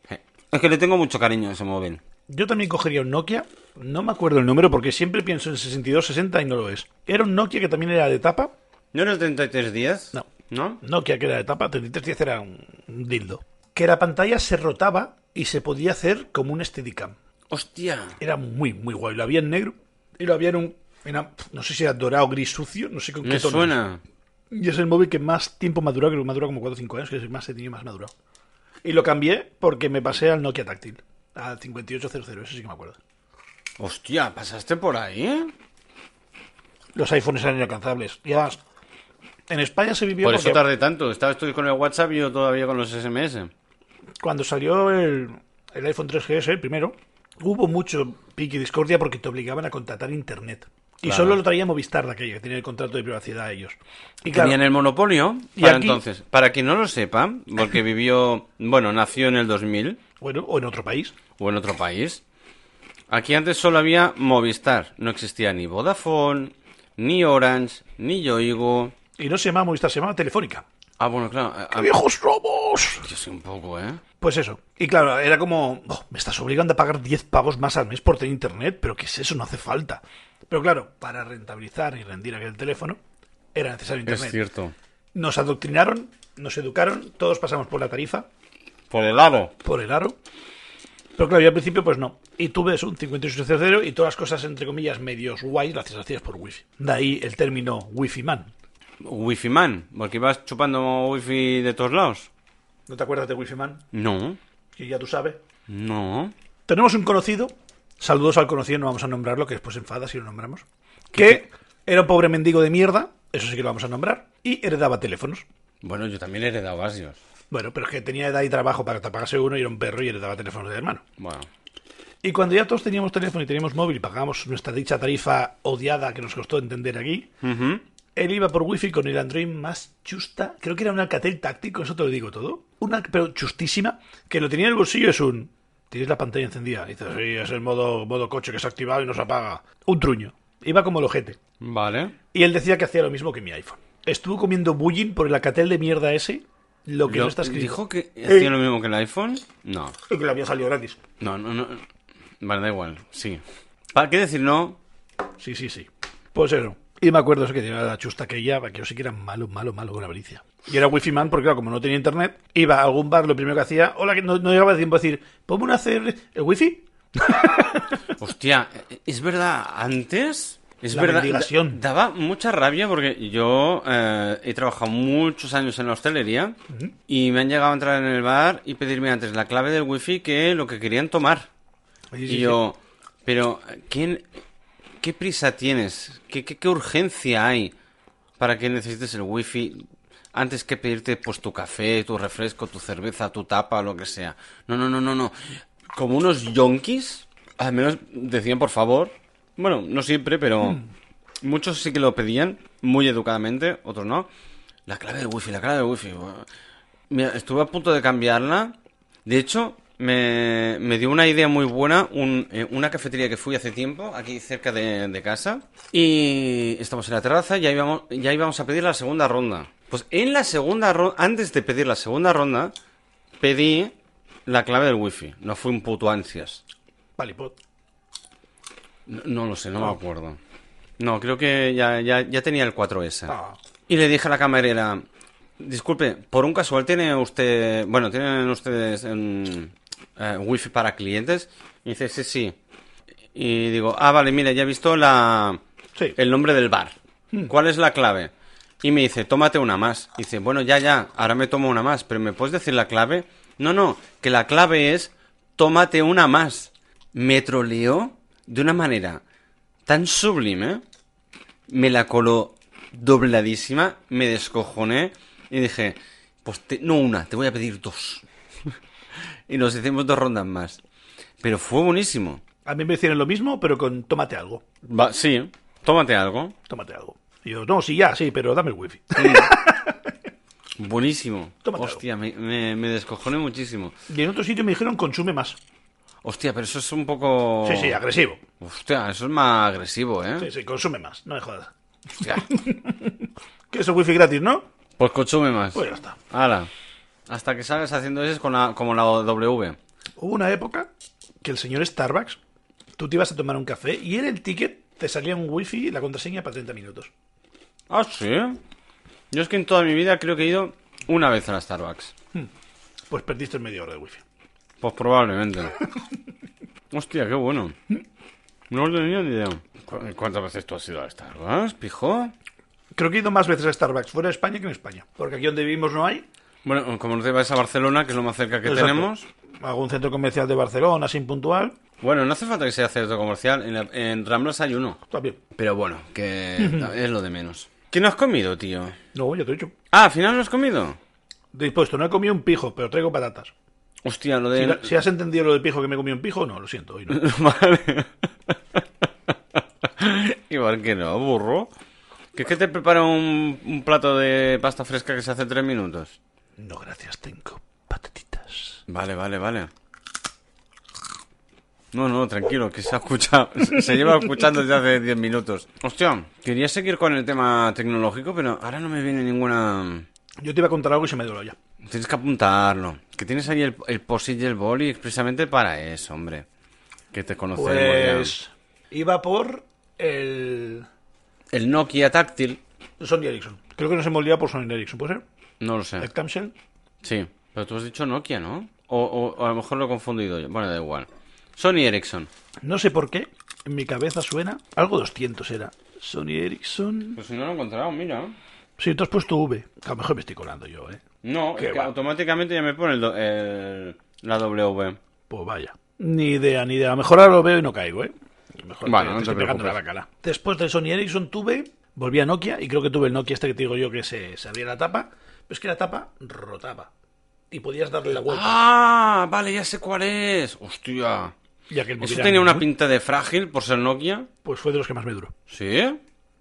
Je. Es que le tengo mucho cariño a ese móvil.
Yo también cogería un Nokia. No me acuerdo el número porque siempre pienso en 6260 y no lo es. Era un Nokia que también era de tapa.
¿No era el 3310?
No.
¿No?
Nokia que era de tapa, 3310 era un un dildo. Que la pantalla se rotaba y se podía hacer como un Steadicam.
¡Hostia!
Era muy, muy guay. Lo había en negro y lo había en un... era- no sé si era dorado, gris, sucio, no sé con
Me
qué tono.
suena.
Y es el móvil que más tiempo madura, creo que madura como 4 o 5 años, que es el más he tenido más madurado. Y lo cambié porque me pasé al Nokia táctil, al 5800, eso sí que me acuerdo.
¡Hostia! ¿Pasaste por ahí? eh?
Los iPhones eran inalcanzables. Y además, en España se vivió
Por eso
porque
tardé tanto. Estabas tú con el WhatsApp y yo todavía con los SMS.
cuando salió el, el iPhone 3GS, el primero, hubo mucho pique y discordia porque te obligaban a contratar internet. Y
Claro.
solo lo traía Movistar, la que tenía el contrato de privacidad a ellos. Y claro,
Tenían el monopolio
Y
para
aquí-
entonces. Para quien no lo sepa, porque vivió, bueno, nació en el 2000
bueno, o en otro país.
o en otro país. Aquí antes solo había Movistar. No existía ni Vodafone, ni Orange, ni Yoigo.
Y no se llamaba Movistar, se llamaba Telefónica.
Ah, bueno, claro. a-
¡Qué
a-
viejos somos!
Yo sé un poco, ¿eh?
Pues eso. Y claro, era como, "Oh, me estás obligando a pagar 10 pavos más al mes por tener internet, pero ¿qué es eso? No hace falta. Pero claro, para rentabilizar y rendir aquel teléfono era necesario
Es
Internet.
cierto.
Nos adoctrinaron, nos educaron, todos pasamos por la tarifa,
Por el aro.
por el aro. Pero claro, yo al principio pues no. Y tú ves un 5800 y todas las cosas entre comillas medios guays las hacías por wifi. De ahí el término wifi man.
Wifi man. Porque ibas chupando wifi de todos lados.
¿No te acuerdas de wifi man?
No.
Que ya tú sabes.
No.
Tenemos un conocido, saludos al conocido, no vamos a nombrarlo, que después se enfada si lo nombramos, que era un pobre mendigo de mierda, eso sí que lo vamos a nombrar, y heredaba teléfonos.
Bueno, yo también he heredado varios.
Bueno, pero es que tenía edad y trabajo para taparse uno y era un perro y heredaba teléfonos de hermano.
Bueno.
Y cuando ya todos teníamos teléfono y teníamos móvil y pagábamos nuestra dicha tarifa odiada que nos costó entender aquí,
Ujú.
él iba por wifi con el Android más chusta, creo que era un Alcatel táctico, eso te lo digo todo, una pero chustísima, que lo tenía en el bolsillo es un... Tienes la pantalla encendida, dices, sí, es el modo, modo coche que se ha activado y no se apaga. Un truño, iba como el ojete.
Vale.
Y él decía que hacía lo mismo que mi iPhone. Estuvo comiendo bullying por el Alcatel de mierda ese, lo que
Lo-
no está escrito.
¿Dijo que
Eh.
hacía lo mismo que el iPhone? No.
Y que le había salido gratis.
No, no, no. Vale, da igual. Sí. ¿Para qué decir no?
Sí, sí, sí. Pues eso. Y me acuerdo eso que tenía la chusta que ella, que yo sí que era malo, malo, malo con la avaricia. Y era wifi man porque, claro, como no tenía internet, iba a algún bar, lo primero que hacía, hola, que no, no llegaba a tiempo a decir, ¿podemos hacer el wifi?
Hostia, eh, es verdad, antes. Es
La
verdad.
mendigación.
da- Daba mucha rabia porque yo eh, he trabajado muchos años en la hostelería y me han llegado a entrar en el bar y pedirme antes la clave del wifi que lo que querían tomar.
Oye, sí,
y yo, pero ¿quién, ¿qué prisa tienes? ¿Qué, qué, qué urgencia hay para que necesites el wifi antes que pedirte pues tu café, tu refresco, tu cerveza, tu tapa, lo que sea? No, no, no, no, no. Como unos yonkis, al menos decían por favor. Bueno, no siempre, pero
Hmm.
muchos sí que lo pedían muy educadamente, otros no. La clave del wifi, la clave del wifi. Buah. Mira, estuve a punto de cambiarla. De hecho, me, me dio una idea muy buena un- eh, una cafetería que fui hace tiempo, aquí cerca de, de casa. Y estamos en la terraza, ya íbamos, ya íbamos a pedir la segunda ronda. Pues en la segunda ronda, antes de pedir la segunda ronda, pedí la clave del wifi. No fue un puto ansias.
Vale, pues,
No, no lo sé, no me acuerdo. No, creo que ya, ya, ya tenía el 4S.
Ah.
Y le dije a la camarera, disculpe, por un casual tiene usted, bueno, tienen ustedes mm, eh, wifi para clientes. Y dice, sí, sí. Y digo, ah, vale, mira, ya he visto la,
Sí.
el nombre del bar. ¿Cuál es la clave? Y me dice, tómate una más. Y dice, bueno, ya, ya, ahora me tomo una más, pero ¿me puedes decir la clave? No, no, que la clave es, tómate una más. Me troleó de una manera tan sublime, me la coló dobladísima, me descojoné y dije, pues te- no una, te voy a pedir dos. y nos hicimos dos rondas más. Pero fue buenísimo.
a mí me hicieron lo mismo, pero con tómate algo,
Va, sí, tómate algo.
tómate algo. Y yo, no, sí, ya, sí, pero dame el wifi.
Buenísimo.
Tómatelo.
Hostia, me, me, me descojoné muchísimo.
Y en otro sitio me dijeron, consume más.
Hostia, pero eso es un poco.
Sí, sí, agresivo.
Hostia, eso es más agresivo, ¿eh?
Sí, sí, consume más, no me jodas.
Hostia.
Que es el wifi gratis, ¿no?
Pues consume más.
Pues ya está.
Hala. Hasta que salgas haciendo eso con la, como la W.
Hubo una época que el señor Starbucks, tú te ibas a tomar un café y en el ticket te salía un wifi y la contraseña para 30 minutos.
Ah, sí. Yo es que en toda mi vida creo que he ido una vez a la Starbucks.
Pues perdiste media hora de wifi.
Pues probablemente. Hostia, qué bueno. No lo tenía ni idea. ¿Cu- ¿Cuántas veces tú has ido a la Starbucks, pijo?
Creo que he ido más veces a Starbucks fuera de España que en España. Porque aquí donde vivimos no hay.
Bueno, como no te vas a Barcelona, que es lo más cerca que
Exacto.
tenemos.
Algún centro comercial de Barcelona, sin puntual.
Bueno, no hace falta que sea centro comercial. En, la- en Ramblas hay uno.
También.
Pero bueno, que es lo de menos. ¿Qué no has comido, tío?
No, yo te he dicho.
Ah, al final no has comido.
Dispuesto, no he comido un pijo, pero traigo patatas.
Hostia, lo
Si,
de.
la- si has entendido lo del pijo que me comí un pijo, no, lo siento, hoy no.
Vale. Igual que no, burro. ¿Que es que te prepara un, un plato de pasta fresca que se hace en tres minutos?
No, gracias, tengo patatitas.
Vale, vale, vale. No, no, tranquilo, que se ha escuchado. se- Se lleva escuchando desde hace 10 minutos. Hostia, quería seguir con el tema tecnológico, pero ahora no me viene ninguna.
Yo te iba a contar algo y se me dio la olla.
Tienes que apuntarlo. Que tienes ahí el, el post-it y el boli expresamente para eso, hombre. Que te conocemos ya.
Pues iba por el
El Nokia táctil,
Sony Ericsson. Creo que nos hemos liado por Sony Ericsson, ¿puede ser?
no lo sé.
El camshell.
Sí, pero tú has dicho Nokia, ¿no? O, o- o a lo mejor lo he confundido yo. Bueno, da igual. Sony Ericsson.
No sé por qué, en mi cabeza suena algo 200 era. Sony Ericsson.
Pues si no lo he encontrado, mira.
Sí, tú has puesto V. A lo mejor me estoy colando yo, ¿eh?
No,
Qué
es que
va.
automáticamente ya me pone el do- el- la W.
Pues vaya. Ni idea, ni idea. A lo mejor ahora lo veo y no caigo, ¿eh? A lo mejor
Bueno, no te
estoy pegando la
preocupes.
bacala. Después del Sony Ericsson tuve, volví a Nokia y creo que tuve el Nokia este que te digo yo que se, se abría la tapa. Pero es que la tapa rotaba. Y podías darle la vuelta.
¡Ah! Vale, ya sé cuál es. ¡Hostia!
Ya que el
Eso
móvil era
tenía
muy-
una pinta de frágil por ser Nokia.
Pues fue de los que más me duró.
¿Sí?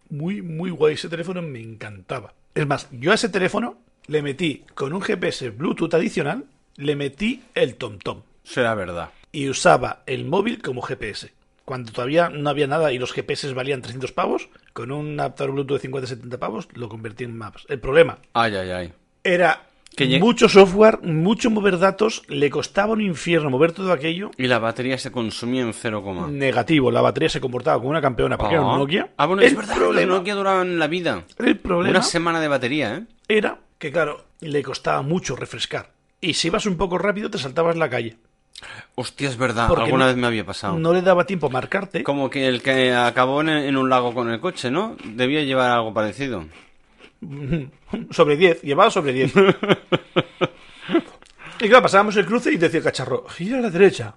Muy, muy guay. Ese teléfono me encantaba. Es más, yo a ese teléfono le metí con un GPS Bluetooth adicional, le metí el TomTom
Será verdad.
y usaba el móvil como GPS. Cuando todavía no había nada y los GPS valían 300 pavos, con un adaptador Bluetooth de 50-70 pavos lo convertí en maps. El problema
Ay, ay, ay.
era
Que lle-
mucho software, mucho mover datos, le costaba un infierno mover todo aquello.
Y la batería se consumía en 0, coma.
Negativo, la batería se comportaba como una campeona porque era un Nokia.
Ah, bueno,
el
es verdad que
problema-
los Nokia duraban la vida.
el problema
Una semana de batería, ¿eh?
era que, claro, le costaba mucho refrescar. Y si ibas un poco rápido, te saltabas la calle.
Hostia, es verdad.
Porque
Ah, Alguna
no-
vez me había pasado.
No le daba tiempo a marcarte.
Como que el que acabó en, en un lago con el coche, ¿no? Debía llevar algo parecido.
Sobre 10, llevaba sobre 10. y claro, pasábamos el cruce y decía el cacharro, gira a la derecha.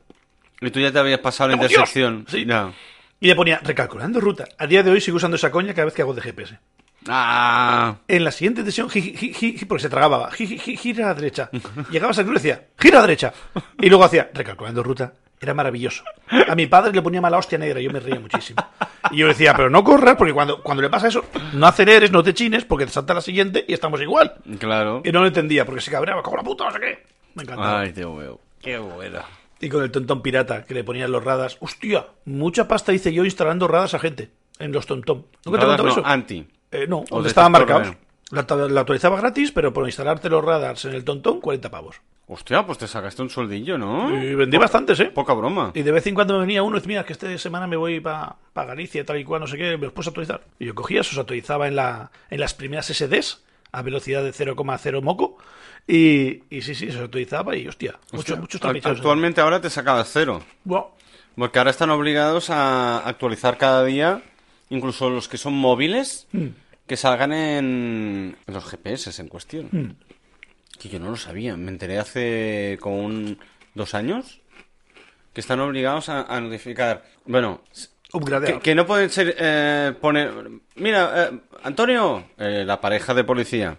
Y tú ya te habías pasado la
¡Oh, Dios!
intersección.
Sí.
Ya.
Y le ponía, recalculando ruta. A día de hoy sigo usando esa coña cada vez que hago de GPS.
Ah,
En la siguiente sesión, ji- ji- ji- ji- porque se tragaba, ji- ji- ji- gira a la derecha. Llegabas al cruce y decía, gira a la derecha. Y luego hacía, recalculando ruta. Era maravilloso. A mi padre le ponía mala hostia negra, yo me reía muchísimo. Y yo decía, pero no corras, porque cuando, cuando le pasa eso, no aceleres, no te chines, porque te salta la siguiente y estamos igual.
claro.
Y no lo entendía, porque se cabreaba, como la puta, no sé qué. Me encantaba.
Ay, te veo. Qué buena.
Y con el tontón pirata que le ponían los radas. ¡Hostia! Mucha pasta hice yo instalando radas a gente en los tontón. ¿Nunca te he
Radar
contado
no, ah,
eso?
Anti.
Eh, no, donde
detector
estaban marcados.
de-
La, ta- la actualizaba gratis, pero por instalarte los radars en el tontón, 40 pavos.
Hostia, pues te sacaste un soldillo, ¿no?
Y vendí bastantes, ¿eh?
Poca broma.
Y de vez en cuando me venía uno y decía, mira, que esta semana me voy para Galicia, tal y cual, no sé qué, me los puse a actualizar. Y yo cogía, esos actualizaba en, la, en las primeras SDs a velocidad de 0,0 moco. Y, y sí, sí, se actualizaba y hostia, muchos,
Hostia,
muchos
act-
trapicheos.
Actualmente ahora te sacabas cero.
Buah.
Porque ahora están obligados a actualizar cada día, incluso los que son móviles,
Hmm.
que salgan en en los GPS en cuestión.
Hmm.
Que yo no lo sabía, me enteré hace como un, dos años que están obligados a, a notificar. Bueno, s-
Upgradear.
que, que no pueden ser eh, poner. Mira, eh, Antonio, eh, la pareja de policía.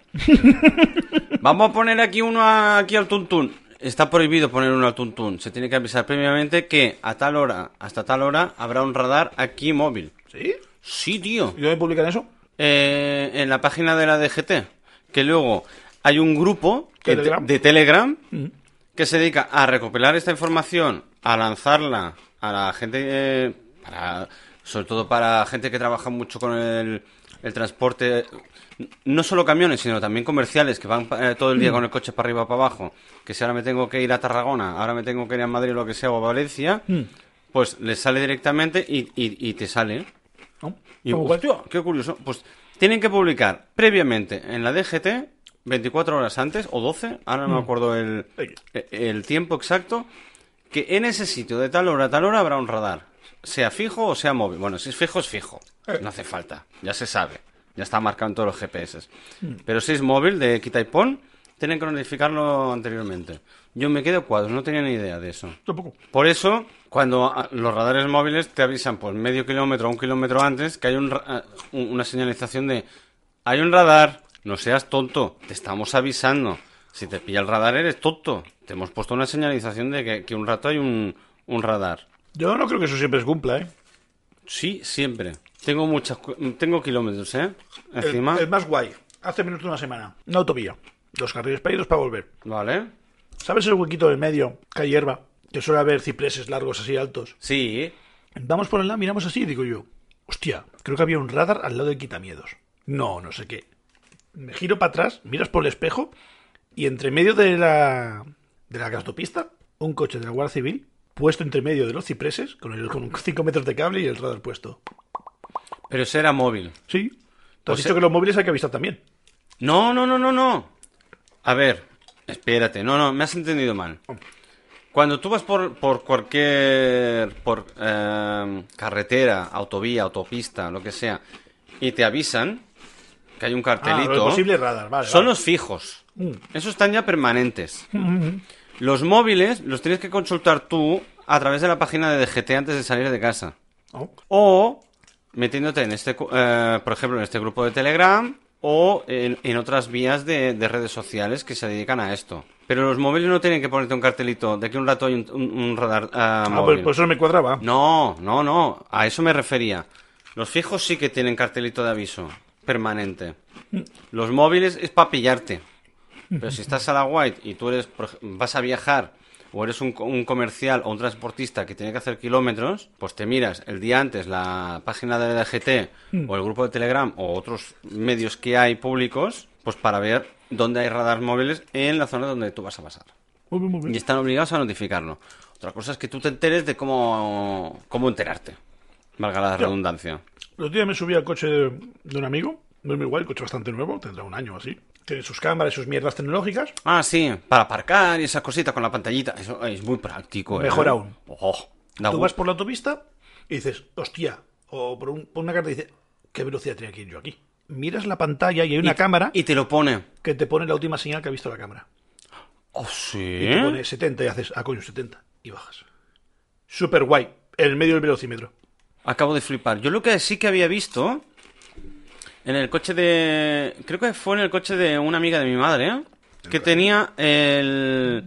Vamos a poner aquí uno a- aquí al tuntún. Está prohibido poner uno al tuntún. Se tiene que avisar previamente que a tal hora, hasta tal hora, habrá un radar aquí móvil.
¿Sí?
Sí, tío.
¿Y dónde publican eso?
Eh, en la página de la DGT. Que luego hay un grupo que te-
Telegram.
de Telegram que se dedica a recopilar esta información, a lanzarla a la gente, eh, para- sobre todo para gente que trabaja mucho con el, el transporte, no solo camiones, sino también comerciales que van eh, todo el día con el coche para arriba para abajo, que si ahora me tengo que ir a Tarragona, ahora me tengo que ir a Madrid lo que sea, o a Valencia, pues les sale directamente y, y- y te sale.
¿No?
Y,
Como
hostia,
cual-
qué curioso. Pues tienen que publicar previamente en la DGT, 24 horas antes, o 12, ahora no me acuerdo el, e,
Oye.
el tiempo exacto, que en ese sitio de tal hora a tal hora habrá un radar. Sea fijo o sea móvil. Bueno, si es fijo, es fijo. No hace falta. Ya se sabe. Ya está marcado en todos los GPS. Pero si es móvil de quita y pon, tienen que notificarlo anteriormente. Yo me quedo cuadros, no tenía ni idea de eso.
Tampoco.
Por eso, cuando ah, los radares móviles te avisan pues medio kilómetro o un kilómetro antes que hay un ra- ah, un- una señalización de hay un radar, no seas tonto, te estamos avisando. Si te pilla el radar eres tonto. Te hemos puesto una señalización de que, que un rato hay un, un radar.
Yo no creo que eso siempre se cumpla, ¿eh?
Sí, siempre. Tengo muchas cu- tengo kilómetros, ¿eh?
El-
Encima.
El, más guay. Hace menos de una semana. Una autovía. Dos carriles para ir, dos para volver.
Vale.
¿Sabes el huequito del medio? Que hay hierba. Que suele haber cipreses largos así altos.
Sí.
Vamos por el lado, miramos así y digo yo. Hostia, creo que había un radar al lado del quitamiedos. No, no sé qué. Me giro para atrás, miras por el espejo y entre medio de la, de la gastopista, un coche de la Guardia Civil puesto entre medio de los cipreses con, el, con 5 metros de cable y el radar puesto.
Pero ese era móvil.
Sí. Te has
O sea-
dicho que los móviles hay que avistar también.
No, no, no, no, no. A ver, espérate. No, no, me has entendido mal.
Oh.
Cuando tú vas por, por cualquier por eh, carretera, autovía, autopista, lo que sea, y te avisan que hay un
Ah, lo
cartelito,
posible radar, vale.
son
vale.
los fijos.
Mm.
Esos están ya permanentes.
Mm,
Los móviles los tienes que consultar tú a través de la página de DGT antes de salir de casa.
oh.
O metiéndote en este, cu- eh, por ejemplo, en este grupo de Telegram o en, en otras vías de, de redes sociales que se dedican a esto. Pero los móviles no tienen que ponerte un cartelito de que un rato hay un, un- un radar eh,
Ah,
móvil.
pues, pues eso me cuadraba.
No, no, no. A eso me refería. Los fijos sí que tienen cartelito de aviso permanente. Los móviles es para pillarte. Pero si estás a la white y tú eres, por ej- vas a viajar o eres un, co- un comercial o un transportista que tiene que hacer kilómetros, pues te miras el día antes la página de la DGT o el grupo de Telegram o otros medios que hay públicos, pues para ver dónde hay radar móviles en la zona donde tú vas a pasar.
Muy bien, muy bien.
Y están obligados a notificarlo. Otra cosa es que tú te enteres de cómo, cómo enterarte. Valga la redundancia.
Los días me subí al coche de, de un amigo, no es muy guay, coche bastante nuevo, tendrá un año o así. Tiene sus cámaras, sus mierdas tecnológicas.
Ah, sí, para aparcar y esas cositas con la pantallita. Eso es muy práctico. ¿eh?
Mejor aún.
Oh, da
Tú
gu-
vas por la autopista y dices, hostia, o por, un- por una carta dices, ¿qué velocidad tenía que ir yo aquí? Miras la pantalla y hay una
y-
cámara
Y te lo pone.
que te pone la última señal que ha visto la cámara.
Oh, sí.
Y te pone 70 y haces, ah, coño, 70. Y bajas. Super guay, en el medio del velocímetro.
Acabo de flipar. Yo lo que sí que había visto en el coche de. Creo que fue en el coche de una amiga de mi madre. ¿eh? Que tenía el.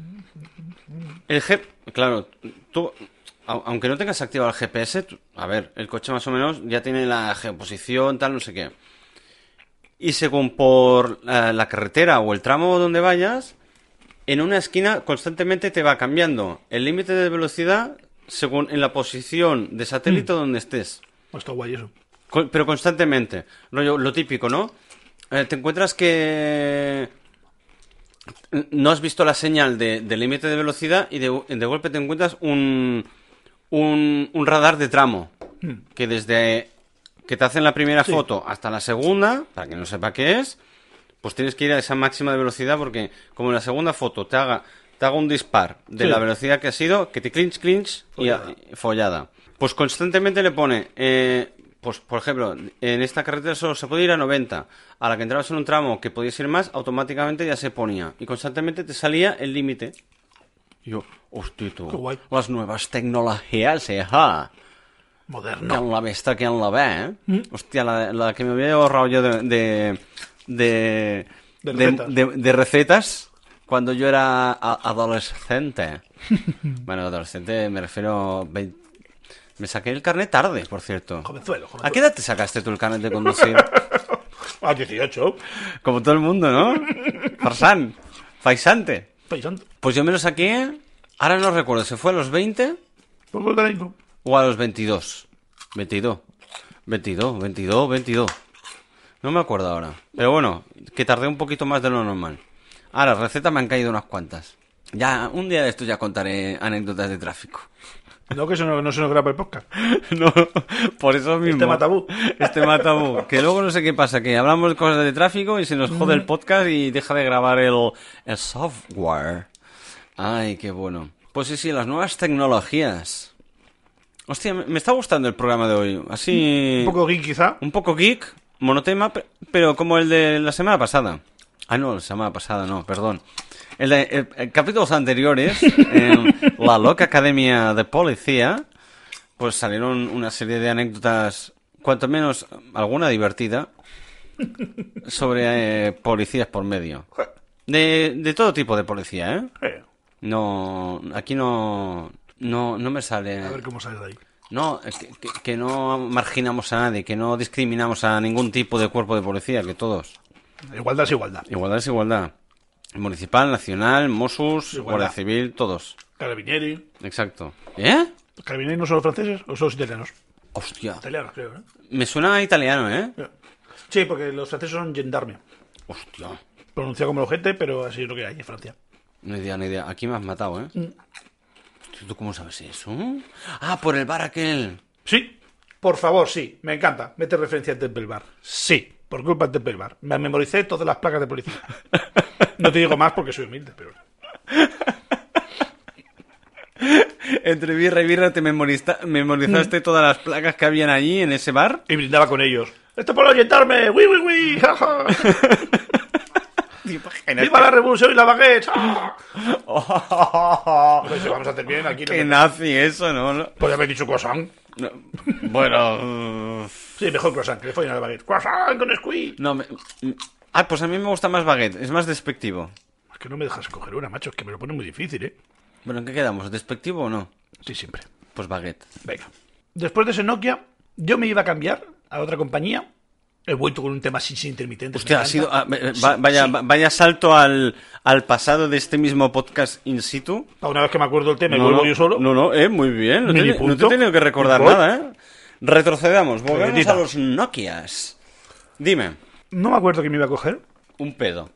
El G. Claro, tú. au- Aunque no tengas activado el GPS, tú- a ver, el coche más o menos ya tiene la geoposición, tal, no sé qué. Y según por eh, la carretera o el tramo donde vayas, en una esquina constantemente te va cambiando el límite de velocidad según en la posición de satélite donde estés.
No está guay eso.
Con- pero constantemente. Rollo, lo típico, ¿no? Eh, te encuentras que no has visto la señal de, de límite de velocidad y de, de golpe te encuentras un, un, un radar de tramo. Que desde que te hacen la primera
Hmm. Sí.
foto hasta la segunda, para que no sepa qué es, pues tienes que ir a esa máxima de velocidad porque como en la segunda foto te haga, te haga un dispar de
Sí.
la velocidad que ha sido, que te clinch, clinch y a-
Follada.
y follada. Pues constantemente le pone, eh, pues por ejemplo, en esta carretera solo se puede ir a 90. A la que entrabas en un tramo que podías ir más, automáticamente ya se ponía. Y constantemente te salía el límite. Y yo, hostia, tú,
Qué guay.
las nuevas tecnologías, eh, ja.
Moderno.
¿Quién la ve? Está quién la ve, ¿eh?
Mm.
Hostia, la, la que me había ahorrado yo de. de. de,
De
de-
recetas.
de- de recetas cuando yo era a- adolescente. bueno, adolescente me refiero. ve- Me saqué el carnet tarde, por cierto.
Jovenzuelo, jovenzuelo.
¿A qué edad te sacaste tú el carnet de conducir?
Ah, 18.
Como todo el mundo, ¿no? Farsán, faisante.
Paisante.
Pues yo me lo saqué, ahora no recuerdo, ¿se fue a los 20? Pues,
Poco técnico.
O a los 22. 22. 22, 22, 22. No me acuerdo ahora. Pero bueno, que tardé un poquito más de lo normal. Ahora, recetas me han caído unas cuantas. Ya, un día de esto ya contaré anécdotas de tráfico.
No, que eso no, no se nos graba el podcast.
No, por eso mismo.
Este matabú.
Este matabú. Que luego no sé qué pasa, que hablamos cosas de tráfico y se nos jode el podcast y deja de grabar el, el software. Ay, qué bueno. Pues sí, sí, las nuevas tecnologías. Hostia, me me está gustando el programa de hoy. Así.
Un poco geek, quizá.
un poco geek, monotema, pe- pero como el de la semana pasada. Ah, no, la semana pasada, no, perdón. El de el- el capítulos anteriores, en la loca academia de policía, pues salieron una serie de anécdotas, cuanto menos alguna divertida, sobre eh, policías por medio. De, de todo tipo de policía, ¿eh?
Eh,
No, aquí no, no, no me sale.
a ver cómo sale de ahí.
No, es que, que- que no marginamos a nadie, que no discriminamos a ningún tipo de cuerpo de policía, que todos.
Igualdad es igualdad.
Igualdad es igualdad. Municipal, nacional, Mossus,
Igualdad.
Guardia Civil, todos.
Carabinieri.
Exacto. ¿Eh?
¿Los carabinieri no son los franceses o son los italianos?
Hostia.
Italianos, creo, ¿eh?
Me suena a italiano, ¿eh?
Sí, porque los franceses son gendarme.
Hostia.
Pronunciado como gente, pero así es lo que hay en Francia.
No idea, no idea. Aquí me has matado, ¿eh? Hostia, ¿Tú cómo sabes eso? Ah, por el bar aquel.
Sí. Por favor, sí, me encanta. Mete referencia a Temple Bar. Sí, por culpa de Temple Bar. Me memoricé todas las placas de policía. No te digo más porque soy humilde, pero.
Entre birra y birra te memorista- memorizaste todas las placas que habían allí en ese bar.
Y brindaba con ellos. ¡Esto por orientarme! ¡Wii, wii, wii! ¡Ja, ja! ¡Viva la revolución y la baguette! ¡Ah! Pues, vamos a hacer bien aquí.
Qué
Podría
nazi eso, ¿no?
haber dicho croissant.
No. Bueno... uh,
Sí, mejor croissant, que le follen a la baguette. ¡Croissant con squid!
No, me- Ah, pues a mí me gusta más baguette, es más despectivo.
Es que no me dejas coger una, macho. Es que me lo pone muy difícil, ¿eh?
Bueno, ¿en qué quedamos? ¿Despectivo o no?
Sí, siempre.
Pues baguette.
Venga. Después de ese Nokia, yo me iba a cambiar a otra compañía. He vuelto con un tema sin sin intermitente.
Hostia,
me
ha sido, ah,
encanta.
eh, eh,
Sí,
va- vaya,
sí.
va- vaya salto al, al pasado de este mismo podcast in situ.
Pa' Una vez que me acuerdo el tema, y
no,
vuelvo
no,
yo solo.
No, no, eh, muy bien. No,
Mini
te, no te
punto.
he tenido que recordar
Voy.
nada, ¿eh? Retrocedamos, volvemos
Repetita.
a los Nokias. Dime,
No me acuerdo que me iba a coger,
un pedo.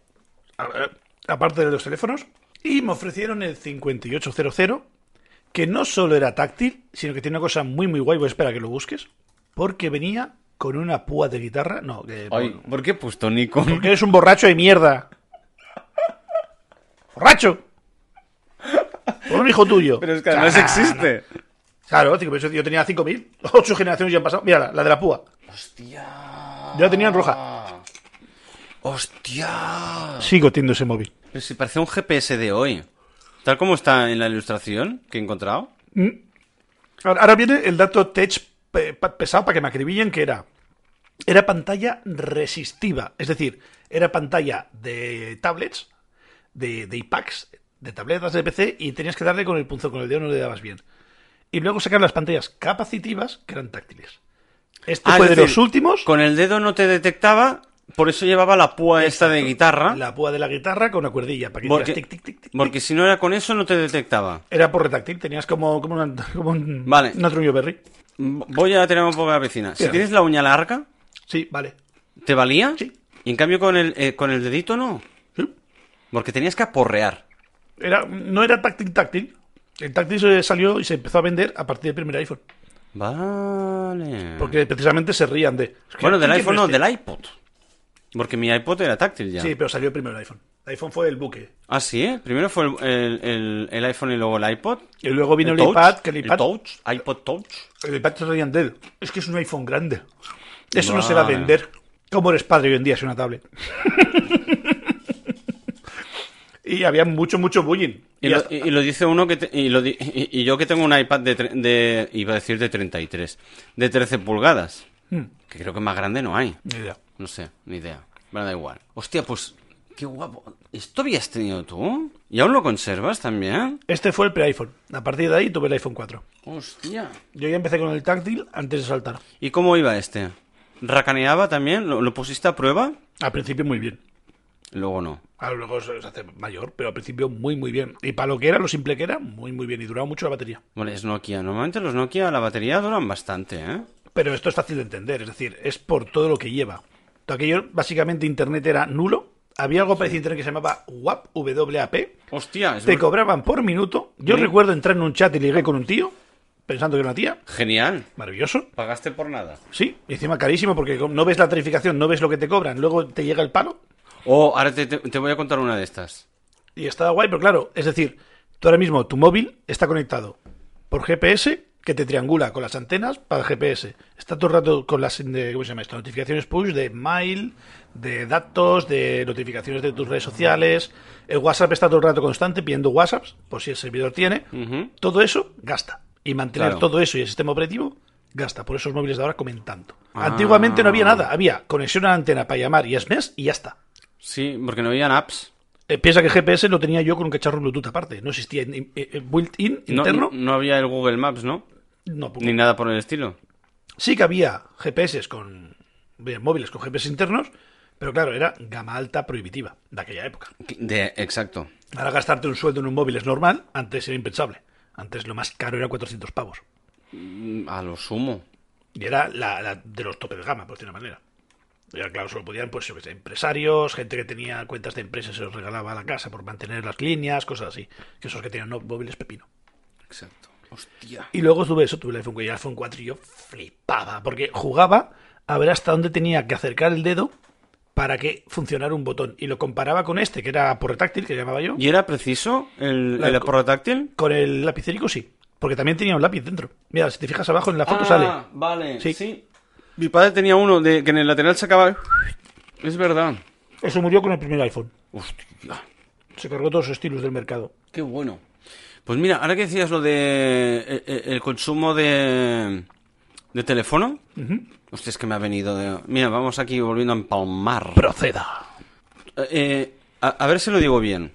a- a- aparte de los teléfonos. Y me ofrecieron el 5800, que no solo era táctil, sino que tiene una cosa muy, muy guay. Voy a esperar a que lo busques. Porque venía con una púa de guitarra. No, que-
Ay, ¿por qué he puesto Nikon?
porque eres un borracho de mierda. ¡Borracho! Por un hijo tuyo. Ah,
Pero es que además existe.
Claro, cinco pesos. yo tenía 5.000. Ocho generaciones ya han pasado. Mira, la de la púa.
Hostia.
Yo la tenía en
Ah.
roja.
Hostia.
Sigo teniendo ese móvil.
Pero si parece un GPS de hoy. Tal como está en la ilustración que he encontrado.
Ahora, ahora viene el dato tech pe- pa- pesado para que me acribillen, que era... Era pantalla resistiva. Es decir, era pantalla de tablets, de, de iPads, de tabletas de PC, y tenías que darle con el punzo, con el dedo no le dabas bien. Y luego sacar las pantallas capacitivas, que eran táctiles. Este
Ah,
fue
es
de
decir,
los últimos.
Con el dedo no te detectaba, por eso llevaba la púa esta de guitarra.
La púa de la guitarra con una cuerdilla, para que
Porque-
hicieras tic, tic, tic, tic, tic.
Porque si no era con eso, no te detectaba.
Era por retáctil, tenías como, como, una- como un,
Vale.
una Trullo berry.
M- Voy a tener un poco la vecina. Si
Tira.
tienes la uña larga,
Sí, vale.
¿te valía?
Sí.
Y en cambio con el, eh, con el dedito no.
Sí.
Porque tenías que aporrear.
Era, no era táctil táctil. El táctil se salió y se empezó a vender a partir del primer iPhone.
Vale.
Porque precisamente se rían de. es que
Mm. Bueno, del
¿quién
iPhone no,
tiene
del iPod. Porque mi iPod era táctil ya.
este? Sí, pero salió primero el iPhone. El iPhone fue el buque.
Ah, sí, ¿eh? Primero fue el, el- el- el iPhone y luego el iPod.
Y luego vino el,
Touch,
iPad, que el iPad.
Touch, iPod Touch.
El iPad se rían de él. Es que es un iPhone grande. Eso no
Vale.
se da a vender. ¿Cómo eres padre hoy en día si una tablet? y había mucho, mucho bullying.
Y,
Y
lo,
hasta-
y- y lo dice uno que... te- y, lo di- y- y yo que tengo un iPad de, tre- de... Iba a decir de 33. De 13 pulgadas.
Hmm,
Que creo que más grande no hay.
ni idea.
No sé, ni idea. Bueno, da igual. Hostia, pues... Qué guapo. ¿Esto habías tenido tú? ¿Y aún lo conservas también?
Este fue el pre-iPhone. A partir de ahí tuve el iPhone 4.
Hostia.
Yo ya empecé con el táctil antes de saltar.
¿Y cómo iba este? ¿Racaneaba también? ¿Lo, lo pusiste a prueba?
Al principio muy bien.
Luego no.
Ahora luego se se hace mayor, pero al principio muy, muy bien. Y para lo que era, lo simple que era, muy, muy bien. Y duraba mucho la batería.
Vale, es Nokia. Normalmente los Nokia, la batería duran bastante, ¿eh?
Pero esto es fácil de entender, es decir, es por todo lo que lleva. Aquello, básicamente, internet era nulo. Había algo parecido a internet que se llamaba WAP, WAP.
Hostia, es
Te
ver-
cobraban por minuto. Yo
Sí.
recuerdo entrar en un chat y ligué con un tío, pensando que era una tía.
genial.
Maravilloso.
Pagaste por nada.
Sí, y encima carísimo porque como no ves la tarificación, no ves lo que te cobran, luego te llega el palo
Oh, ahora te, te- te voy a contar una de estas.
Y estaba guay, pero claro, es decir, tú ahora mismo tu móvil está conectado por GPS que te triangula con las antenas para el GPS. Está todo el rato con las de- ¿cómo se llama esto? notificaciones push de mail, de datos, de notificaciones de tus redes sociales. El WhatsApp está todo el rato constante pidiendo WhatsApps, por si el servidor tiene.
Ujú.
Todo eso gasta. Y mantener
Mm. Claro.
todo eso y el sistema operativo gasta. Por eso los móviles de ahora comen tanto. Antiguamente no había nada. Había conexión a la antena para llamar y SMS y ya está.
Sí, porque no habían apps.
Eh, piensa que GPS lo tenía yo con un cacharro Bluetooth aparte. No existía in- in- eh, built-in
No,
interno.
no había el Google Maps, ¿no?
No, poco.
Ni nada por el estilo.
Sí que había GPS con bien, móviles con GPS internos, pero claro, era gama alta prohibitiva de aquella época.
De, exacto.
Ahora gastarte un sueldo en un móvil es normal, antes era impensable. Antes lo más caro era 400 pavos.
Mm, A lo sumo.
Y era la, la de los topes de gama, por decir una manera. Ya, claro, solo podían, pues, yo qué sé, empresarios, gente que tenía cuentas de empresas se los regalaba a la casa por mantener las líneas, cosas así. Que esos que tenían no- móviles pepino.
Exacto. Hostia.
Y luego tuve eso, tuve el iPhone 4 y el iPhone 4 y yo flipaba, porque jugaba a ver hasta dónde tenía que acercar el dedo para que funcionara un botón. Y lo comparaba con este, que era portátil, que llamaba yo.
¿Y era preciso el,
La-
el portátil?
Con el lapicérico sí, porque también tenía un lápiz dentro. Mira, si te fijas abajo en la foto
Ah,
sale.
Vale,
Sí.
sí. Mi padre tenía uno de que en el lateral sacaba. Es verdad.
Eso murió con el primer iPhone.
Hostia.
Se cargó todos los estilos del mercado.
Qué bueno. Pues mira, ahora que decías lo de e- e- el, consumo de, de teléfono, hostia, es que me ha venido de... Mira, vamos aquí volviendo a empalmar.
Proceda.
Eh, eh, a, a ver si lo digo bien.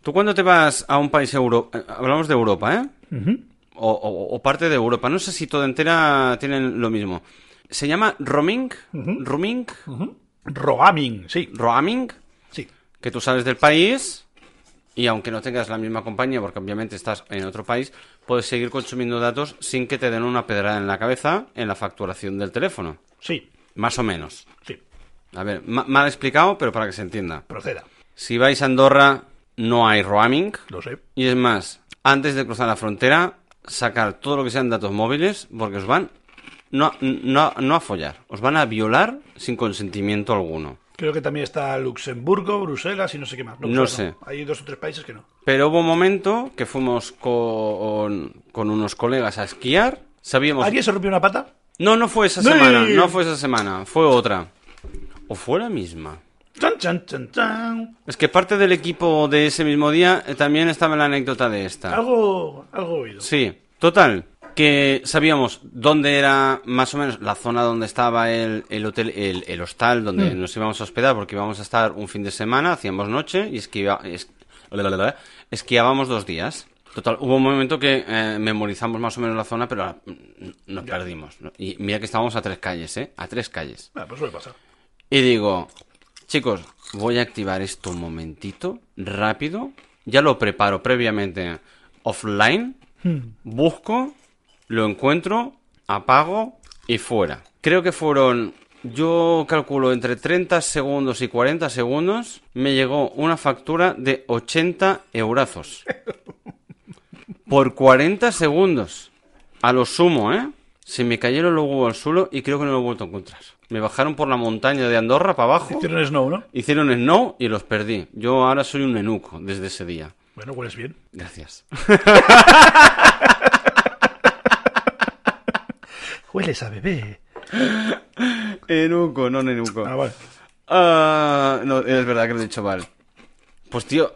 Tú cuando te vas a un país euro... eh, Hablamos de Europa, ¿eh?
Ujú.
O, o- o parte de Europa. No sé si toda entera tienen lo mismo. Se llama roaming. Roaming.
Roaming, sí.
Roaming.
Sí.
que tú sales del país y aunque no tengas la misma compañía, porque obviamente estás en otro país, puedes seguir consumiendo datos sin que te den una pedrada en la cabeza en la facturación del teléfono.
Sí.
Más o menos.
Sí.
A ver, ma- mal explicado, pero para que se entienda.
Proceda.
Si vais a Andorra, no hay roaming.
Lo sé.
Y es más, antes de cruzar la frontera, sacar todo lo que sean datos móviles, porque os van no, no, no a follar, os van a violar sin consentimiento alguno.
Creo que también está Luxemburgo, Bruselas y no sé qué más.
No
Bruselas
sé.
Hay dos o tres países que no.
Pero hubo un momento que fuimos con, con unos colegas a esquiar. Sabíamos.
¿Alguien se rompió una pata?
No, no fue esa
¡No!
semana. No fue esa semana. Fue otra. O fue la misma.
Chan, chan, chan, chan.
Es que parte del equipo de ese mismo día eh, también estaba en la anécdota de esta.
Algo, algo oído.
Ah. Sí. Total. Que sabíamos dónde era más o menos la zona donde estaba el, el hotel, el, el hostal donde nos íbamos a hospedar, porque íbamos a estar un fin de semana, hacíamos noche y esquiva- es- esquiábamos dos días. Total, hubo un momento que eh, memorizamos más o menos la zona, pero ah, mm, nos perdimos. ¿no? Y mira que estábamos a tres calles, ¿eh? A tres calles.
Ah, pues suele pasar.
Y digo, chicos, voy a activar esto un momentito, rápido. Ya lo preparo previamente offline. Busco, lo encuentro, apago y fuera. Creo que fueron, yo calculo entre 30 segundos y 40 segundos, me llegó una factura de 80 eurazos. Por 40 segundos. A lo sumo, ¿eh? Se me cayeron los huevos al suelo y creo que no lo he vuelto a encontrar. Me bajaron por la montaña de Andorra para abajo,
Hicieron snow, ¿no?
hicieron snow y los perdí. Yo ahora soy un enuco desde ese día.
Bueno, hueles bien.
Gracias.
Hueles a bebé.
Enuco, no nenuco.
Ah, vale.
Ah, no, es verdad que lo he dicho mal. Pues tío,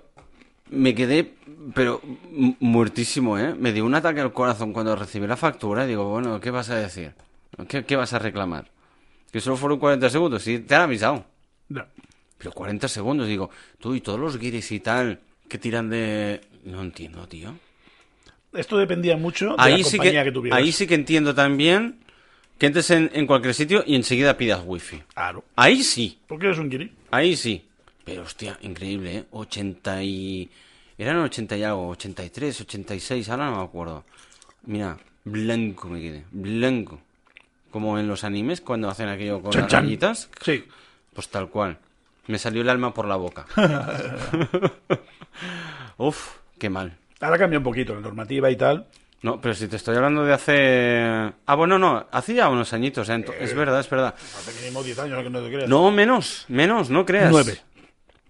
me quedé, pero mu- muertísimo, ¿eh? Me dio un ataque al corazón cuando recibí la factura y digo, bueno, ¿qué vas a decir? ¿Qué, qué vas a reclamar? Que solo fueron 40 segundos, sí, te han avisado.
No.
Pero 40 segundos, digo, tú y todos los guiris y tal que tiran de... No entiendo, tío.
Esto dependía mucho de
Ahí
la
sí,
compañía
que,
que, tuvieras.
ahí sí que entiendo también que entres en, en cualquier sitio y enseguida pidas wifi.
Claro.
Ahí sí.
Porque eres un guiri.
Ahí sí. Pero hostia, increíble, ¿eh? 80 y... Eran 80 y algo, 83, 86, ahora no me acuerdo. Mira, blanco me quedé, blanco. Como en los animes cuando hacen aquello con
Chan,
las
chan.
rayitas.
Sí.
Pues tal cual. Me salió el alma por la boca. Uf, qué mal.
Ahora cambia un poquito la normativa y tal.
No, pero si te estoy hablando de hace... Ah, bueno, no, hace ya unos añitos, ¿eh? Ento- Es verdad, es verdad.
Hace mínimo 10 años que no te creas.
No, menos, menos, no creas.
Nueve.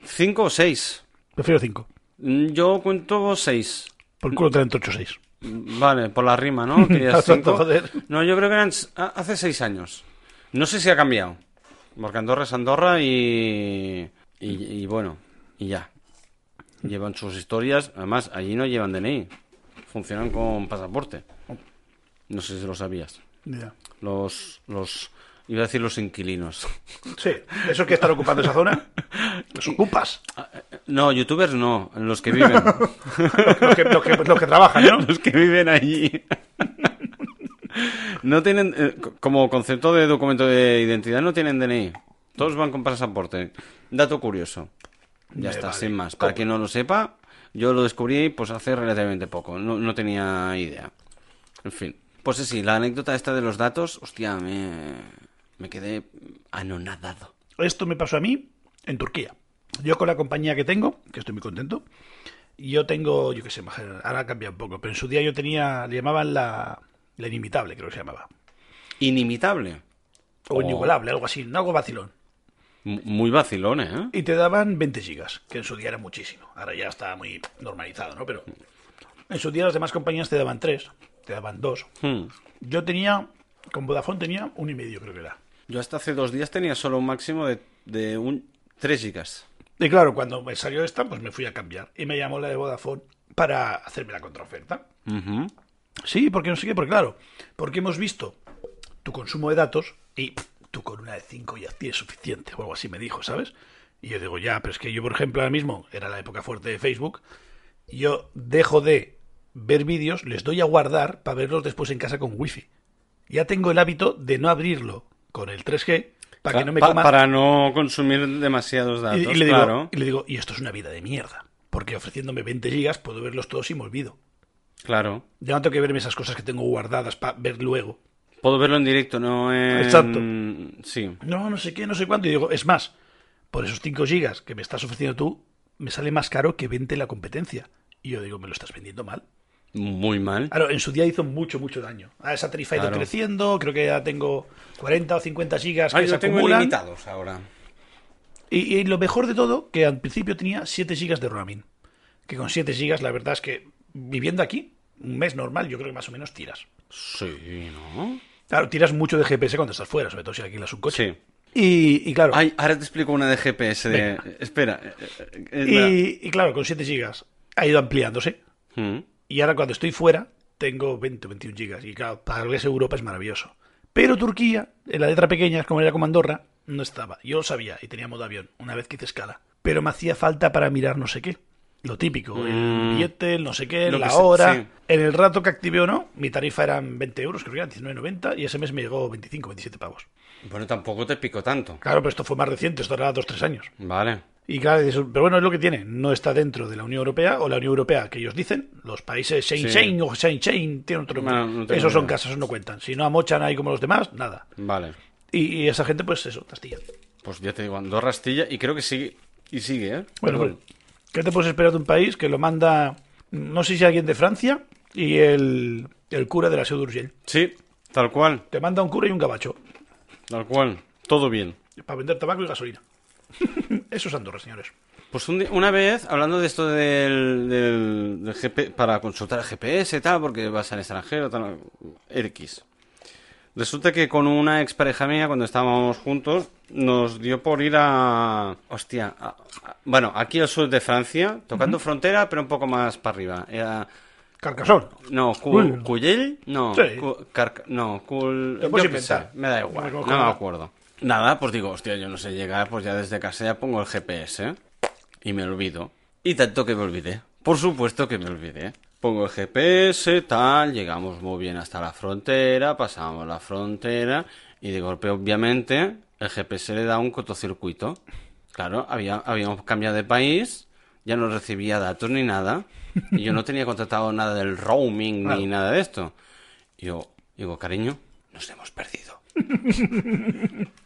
Cinco o seis.
Prefiero 5.
Mm, Yo cuento seis. Mm,
Por culo 38.6.
Vale, por la rima, ¿no? Querías
Tanto,
cinco.
joder.
No, yo creo que eran s- a- hace seis años. No sé si ha cambiado. Porque Andorra es Andorra y, y, y bueno, y ya. Llevan sus historias. Además, allí no llevan DNI. Funcionan con pasaporte. No sé si lo sabías.
Ya.
Los, los, iba a decir los inquilinos.
Sí. Eso que están ocupando esa zona. Los ocupas.
No, youtubers no, los que viven.
Los que, los que, los que trabajan, ¿no?
los que viven allí. No tienen, eh, co- como concepto de documento de identidad, no tienen DNI. Todos van con pasaporte. Dato curioso.
Me
Ya está,
Eh, vale.
sin más. Para quien no lo sepa, yo lo descubrí pues hace relativamente poco. No, no tenía idea. En fin. Pues sí, la anécdota esta de los datos, hostia, me, me quedé anonadado.
Esto me pasó a mí en Turquía. Yo con la compañía que tengo, que estoy muy contento, Y Yo tengo, yo qué sé, maja, ahora cambia un poco, pero en su día yo tenía, le llamaban la, la inimitable, creo que se llamaba.
Inimitable.
O inigualable, algo así, algo vacilón.
M- Muy vacilones, ¿eh?
Y te daban 20 gigas, que en su día era muchísimo. Ahora ya está muy normalizado, ¿no? Pero en su día las demás compañías te daban 3, te daban 2.
Hmm.
Yo tenía, con Vodafone tenía un y medio, creo que era.
Yo hasta hace dos días tenía solo un máximo de, de un 3 gigas.
Y claro, cuando me salió esta, pues me fui a cambiar. Y me llamó la de Vodafone para hacerme la contraoferta.
Ujú.
Sí, porque no sé qué, porque claro, porque hemos visto tu consumo de datos y pff, tú con una de 5 ya tienes suficiente, o algo así me dijo, ¿sabes? Y yo digo, ya, pero es que yo, por ejemplo, ahora mismo era la época fuerte de Facebook, y yo dejo de ver vídeos, les doy a guardar para verlos después en casa con wifi. Ya tengo el hábito de no abrirlo con el 3G para que no me
Pa-
coma
para no consumir demasiados datos,
y, y le digo,
claro.
y le digo, y esto es una vida de mierda, porque ofreciéndome 20 gigas puedo verlos todos y me olvido.
Claro.
Ya no tengo que verme esas cosas que tengo guardadas para ver luego.
Puedo verlo en directo, no en...
Exacto.
Sí.
No, no sé qué, no sé cuánto. Y digo, es más, por esos 5 gigas que me estás ofreciendo tú, me sale más caro que 20 la competencia. Y yo digo, me lo estás vendiendo mal.
Muy mal.
Claro, en su día hizo mucho, mucho daño. A esa tarifa ha ido
Claro.
creciendo, creo que ya tengo 40 o 50 gigas que
Ah,
se
yo tengo
acumulan.
limitados ahora.
Y, y lo mejor de todo, que al principio tenía 7 gigas de roaming. Que con 7 gigas, la verdad es que viviendo aquí, un mes normal, yo creo que más o menos tiras.
Sí, ¿no?
Claro, tiras mucho de GPS cuando estás fuera, sobre todo si alquilas un coche.
Sí. Ah,
Y, y claro,
Ay, ahora te explico una de GPS. De... Espera. eh, eh, espera.
y, y claro, con 7 gigas ha ido ampliándose.
Mm.
Y ahora cuando estoy fuera, tengo 20 o 21 gigas. Y claro, para lo que es Europa es maravilloso. Pero Turquía, en la letra pequeña, es como era como Andorra, no estaba. Yo lo sabía y tenía modo avión una vez que hice escala. Pero me hacía falta para mirar no sé qué. Lo típico, el
Mm.
billete, el no sé qué,
Lo que
la
se-
hora.
sí.
En el rato que activé o no, mi tarifa eran 20 euros, creo que eran 19,90 y ese mes me llegó 25, 27 pavos.
Bueno, tampoco te pico tanto.
Claro, pero esto fue más reciente, esto era 2-3 años.
Vale.
Y claro, dices, pero bueno, es lo que tiene. No está dentro de la Unión Europea o la Unión Europea que ellos dicen. Los países Schengen
Sí.
o Schengen tienen otro nombre.
Bueno, no tengo
esos
ni
son
idea.
casas, esos no cuentan. Si no amochan ahí como los demás, nada.
Vale.
Y, y esa gente, pues eso, Castilla.
Pues ya te digo, Andorra, Astilla, y creo que sigue. Y sigue, ¿eh?
Bueno,
Perdón.
pues, ¿qué te puedes esperar de un país que lo manda, no sé si alguien de Francia y el, el cura de la Seu d'Urgell?
Sí, tal cual,
Te manda un cura y un gabacho
tal cual. Todo bien.
para vender tabaco y gasolina. eso es Andorra, señores.
Pues un di- una vez, hablando de esto del, del- del GP, para consultar el GPS y tal, porque vas al extranjero, tal, X. Resulta que con una expareja mía, cuando estábamos juntos, nos dio por ir a... Hostia, a- a- bueno, aquí al sur de Francia, tocando frontera, pero un poco más para arriba. Era-
Carcasón.
no, Cu-
Uy.
Cuyell, no,
Sí.
Cu- Carca- no, Cul-
Lo puedes
yo qué sé,
inventar.
me da
No me
igual, no
cojo
me
nada.
acuerdo. Nada, pues digo, hostia, yo no sé llegar, pues ya desde casa ya pongo el GPS y me olvido. Y tanto que me olvidé, por supuesto que me olvidé. Pongo el GPS, tal, llegamos muy bien hasta la frontera, pasamos la frontera y de golpe, obviamente, el GPS le da un cortocircuito. Claro, había, habíamos cambiado de país, ya no recibía datos ni nada, y yo no tenía contratado nada del roaming ni
Claro.
nada de esto. Y yo digo, cariño, nos hemos perdido.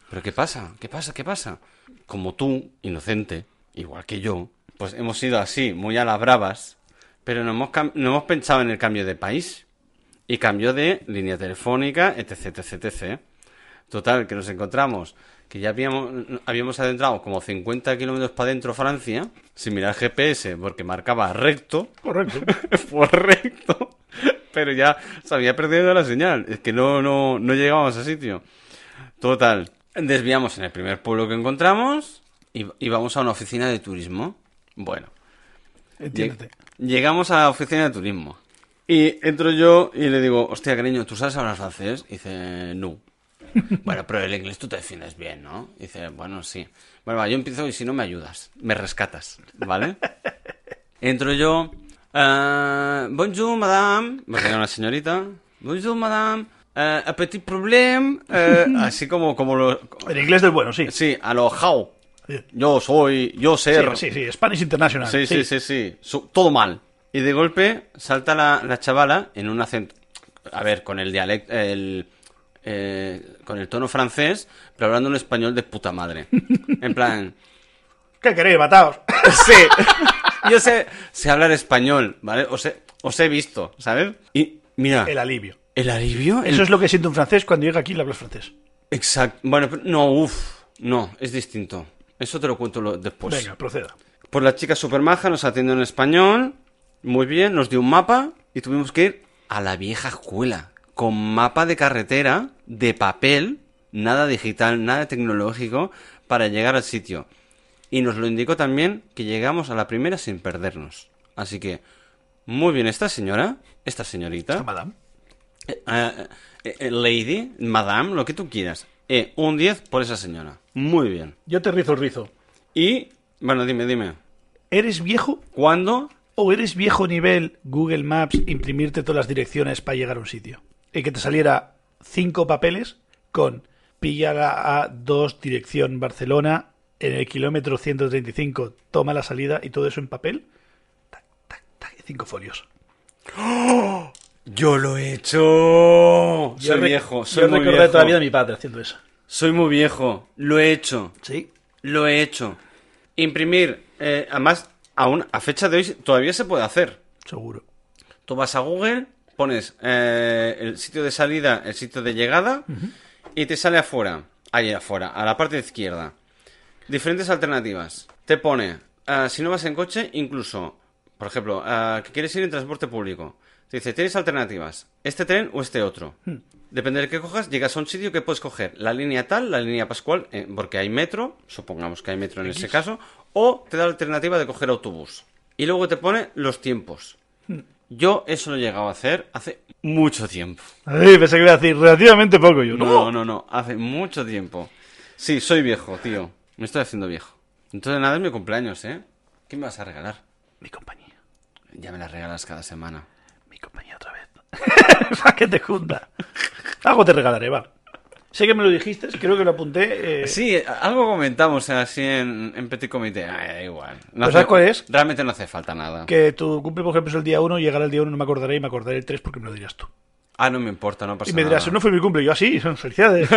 ¿Pero qué pasa? ¿Qué pasa? ¿Qué pasa? Como tú, inocente, igual que yo, pues hemos ido así, muy a las bravas, pero no hemos, cam- no hemos pensado en el cambio de país. Y cambio de línea telefónica, etc, etc, etc. Total, que nos encontramos, que ya habíamos, habíamos adentrado como 50 kilómetros para adentro Francia, sin mirar GPS, porque marcaba recto,
Correcto.
por recto, pero ya se había perdido la señal, es que no, no, no llegábamos a sitio. Total, desviamos en el primer pueblo que encontramos y, y vamos a una oficina de turismo. Bueno,
Entiéndete.
Lleg- Llegamos a la oficina de turismo. Y entro yo y le digo, hostia, cariño, ¿tú sabes hablar francés? Y dice, no. bueno, pero el inglés tú te defiendes bien, ¿no? Y dice, bueno, sí. Bueno, va, yo empiezo y si no me ayudas, me rescatas, ¿vale? entro yo, eh, bonjour, madame. Me queda una señorita. Bonjour, madame. Eh, a petit problème. eh, así como, como lo...
En inglés del bueno, sí.
Sí, a lo how.
Sí,
Yo soy, yo ser.
sí, sí. Spanish International.
Sí, sí, sí, sí. Su- todo mal. Y de golpe salta la, la chavala en un acento. A ver, con el dialecto. El, eh, con el tono francés, pero hablando un español de puta madre. En plan.
¿Qué queréis, mataos?
Sí. Yo sé, sé hablar español, ¿vale? Os he, os he visto, ¿sabes? Y mira,
El
el,
alivio.
alivio. el-
Eso es lo que siente un francés cuando llega aquí y le hablas francés.
Exacto. Bueno, pero- no, uff. No, es distinto. Eso te lo cuento lo- después.
Venga, proceda.
Pues la chica supermaja nos atendió en español, muy bien, nos dio un mapa y tuvimos que ir a la vieja escuela, con mapa de carretera, de papel, nada digital, nada tecnológico, para llegar al sitio. Y nos lo indicó también que llegamos a la primera sin perdernos. Así que, muy bien, esta señora, esta señorita,
Esta madame.
eh, eh, eh, lady, madame, lo que tú quieras. Eh, un 10 por esa señora. Muy bien.
Yo te rizo el rizo.
Y, bueno, dime, dime.
¿Eres viejo
¿Cuándo
o eres viejo nivel Google Maps imprimirte todas las direcciones para llegar a un sitio? Y que te saliera cinco papeles con pilla la A2 dirección Barcelona en el kilómetro 135, toma la salida y todo eso en papel. Tac, tac, tac, cinco folios.
Yo lo he hecho. Soy
rec-
viejo, soy
yo
muy
recordé
viejo.
toda la vida a mi padre haciendo eso.
Soy muy viejo. Lo he hecho.
Sí.
Lo he hecho. Imprimir, eh, además, aún a fecha de hoy todavía se puede hacer.
Seguro.
Tú vas a Google, pones eh, el sitio de salida, el sitio de llegada y te sale afuera, ahí afuera, a la parte izquierda. Diferentes alternativas. Te pone, ah, si no vas en coche, incluso, por ejemplo, ah, que quieres ir en transporte público. Te dice, tienes alternativas, este tren o este otro. Depende del que cojas, llegas a un sitio que puedes coger la línea tal, la línea Pascual, eh, porque hay metro, supongamos que hay metro en ese caso, o te da la alternativa de coger autobús. Y luego te pone los tiempos. Yo eso lo he llegado a hacer hace mucho tiempo.
Ay, pensé que iba a decir relativamente poco yo.
No, no, no, hace mucho tiempo. Sí, soy viejo, tío. Me estoy haciendo viejo. Entonces nada, es mi cumpleaños, ¿eh? ¿Qué me vas a regalar?
Mi compañía.
Ya me las regalas cada semana.
Mi compañía otra vez. Para que te junta. Algo te regalaré, va. Sé que me lo dijiste, creo que lo apunté. eh,
Sí, eh, algo comentamos así en, en Petit Comité. Ah, da igual. No
¿Pero sabes cuál es?
Realmente no hace falta nada.
Que tu cumple, por ejemplo, es el día 1, llegará el día 1 no me acordaré y me acordaré el 3 porque me lo dirás tú.
Ah, no me importa, no pasa
y me dirás,
nada.
no fue mi cumple. Y yo, así, son felicidades.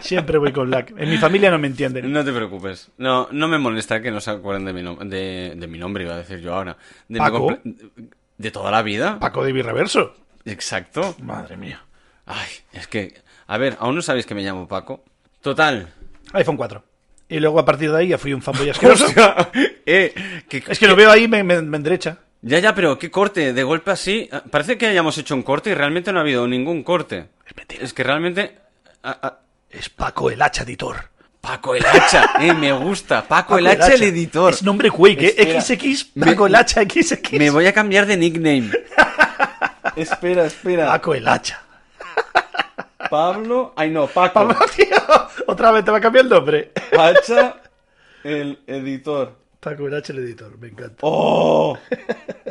Siempre voy con lag. En mi familia no me entienden.
No te preocupes. No, no me molesta que no se acuerden de mi, nom- de, de mi nombre, iba a decir yo ahora. De, mi
Paco.
comple- de toda la vida.
Paco de Virreverso.
Exacto.
Madre mía.
Ay, es que... A ver, aún no sabéis que me llamo Paco. Total.
iPhone 4. Y luego a partir de ahí ya fui un fanboy asqueroso.
Hostia, eh, que-
es que lo veo ahí, me, me, me enderecha.
Ya, ya, pero qué corte, de golpe así. Ah, Parece que hayamos hecho un corte y realmente no ha habido ningún corte.
Es mentira.
Es que realmente... ah, ah,
Es Paco el hacha editor.
Paco el hacha, eh, me gusta. Paco, el hacha, el editor.
Es nombre Quake, ¿eh?
Espera.
XX,
Me-
Paco el hacha, XX.
Me voy a cambiar de nickname. espera, espera.
Paco el hacha.
Pablo, ay no, Paco.
Pablo, tío, otra vez te va a cambiar el nombre.
Hacha, el editor.
Paco el hacha el editor, me encanta.
¡Oh!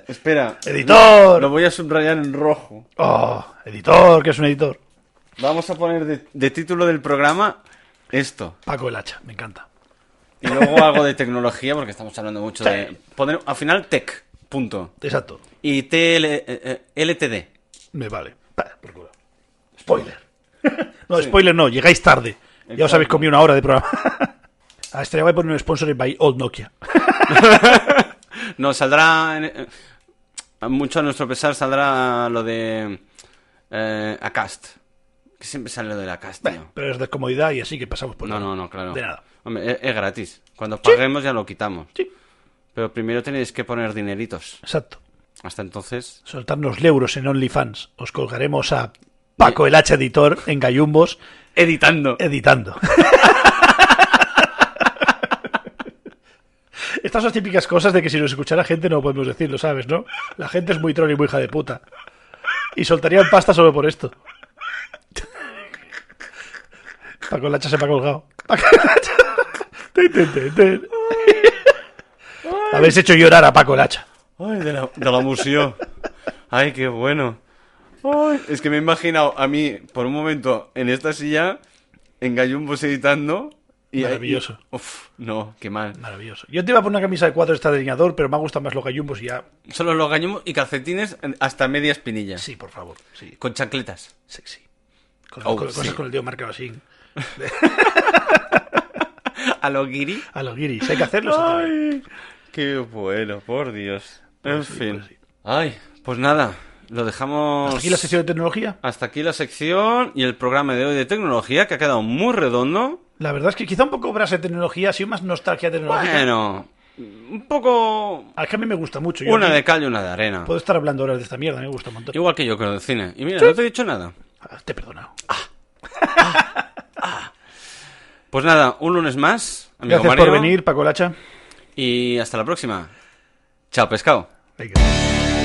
Espera.
Editor.
Lo voy a subrayar en rojo.
Oh, editor, que es un editor.
Vamos a poner de, de título del programa esto.
Paco el hacha, me encanta.
Y luego algo de tecnología, porque estamos hablando mucho de. Poner, al final, tech. Punto.
Exacto,
Y TL, eh, eh, LTD.
me vale. Pa, por culo. Spoiler. No, spoiler no, llegáis tarde. Ya os
Exacto.
habéis comido una hora de programa. Ah, Estaría voy a poner un sponsor by Old Nokia.
No, saldrá. en- eh, mucho a nuestro pesar saldrá lo de. Eh, Acast. Que siempre sale lo de la Acast, tío.
Pero es de comodidad y así que pasamos por
No,
ahí.
no, no, claro.
De nada.
Hombre, es, es gratis. Cuando paguemos ya lo quitamos.
Sí,
Pero primero tenéis que poner dineritos.
exacto.
Hasta entonces.
Soltarnos euros en OnlyFans. Os colgaremos a Paco el hacha editor en gallumbos
Editando.
editando. Estas son las típicas cosas de que si nos escuchara gente no podemos decirlo, ¿sabes? ¿No? La gente es muy troll y muy hija de puta. Y soltarían pasta solo por esto. Paco Lacha se me ha colgado. Paco Lacha. Ten, ten, ten, ten. Habéis hecho llorar a Paco Lacha.
Ay, de la, de la museo. Ay, qué bueno. Ay, es que me he imaginado a mí, por un momento, en esta silla, en gallumbos editando. Y,
Maravilloso.
y- uf, no, qué mal.
Maravilloso. Yo te iba a poner una camisa de cuatro de esta delineador, pero me ha gustado más los gallumbos y ya.
Solo los gallumbos y calcetines hasta media espinilla.
Sí, por favor. Sí.
Con chancletas.
sexy. Con,
Oh,
con- cosas
sí.
con el dedo marcado así.
A lo guiri.
A los guiris, hay que hacerlo. eso también.
Qué bueno, por Dios. En
sí,
fin.
pues sí.
Ay, pues nada, lo dejamos.
Hasta aquí la sesión de tecnología.
Hasta aquí la sección y el programa de hoy de tecnología que ha quedado muy redondo.
La verdad es que quizá un poco brasa de tecnología, así más nostalgia tecnológica. Ah,
Bueno, un poco.
Es que a mí me gusta mucho. Yo
Una
aquí
de cal y una de arena.
Puedo estar hablando horas de esta mierda, me gusta un montón.
Igual que yo con el cine. Y mira, no te he dicho nada.
Ah, te he perdonado.
Pues nada, un lunes más, amigo
Gracias
Mario.
por venir, Paco Lacha.
Y hasta la próxima. Chao, pescado.
Venga.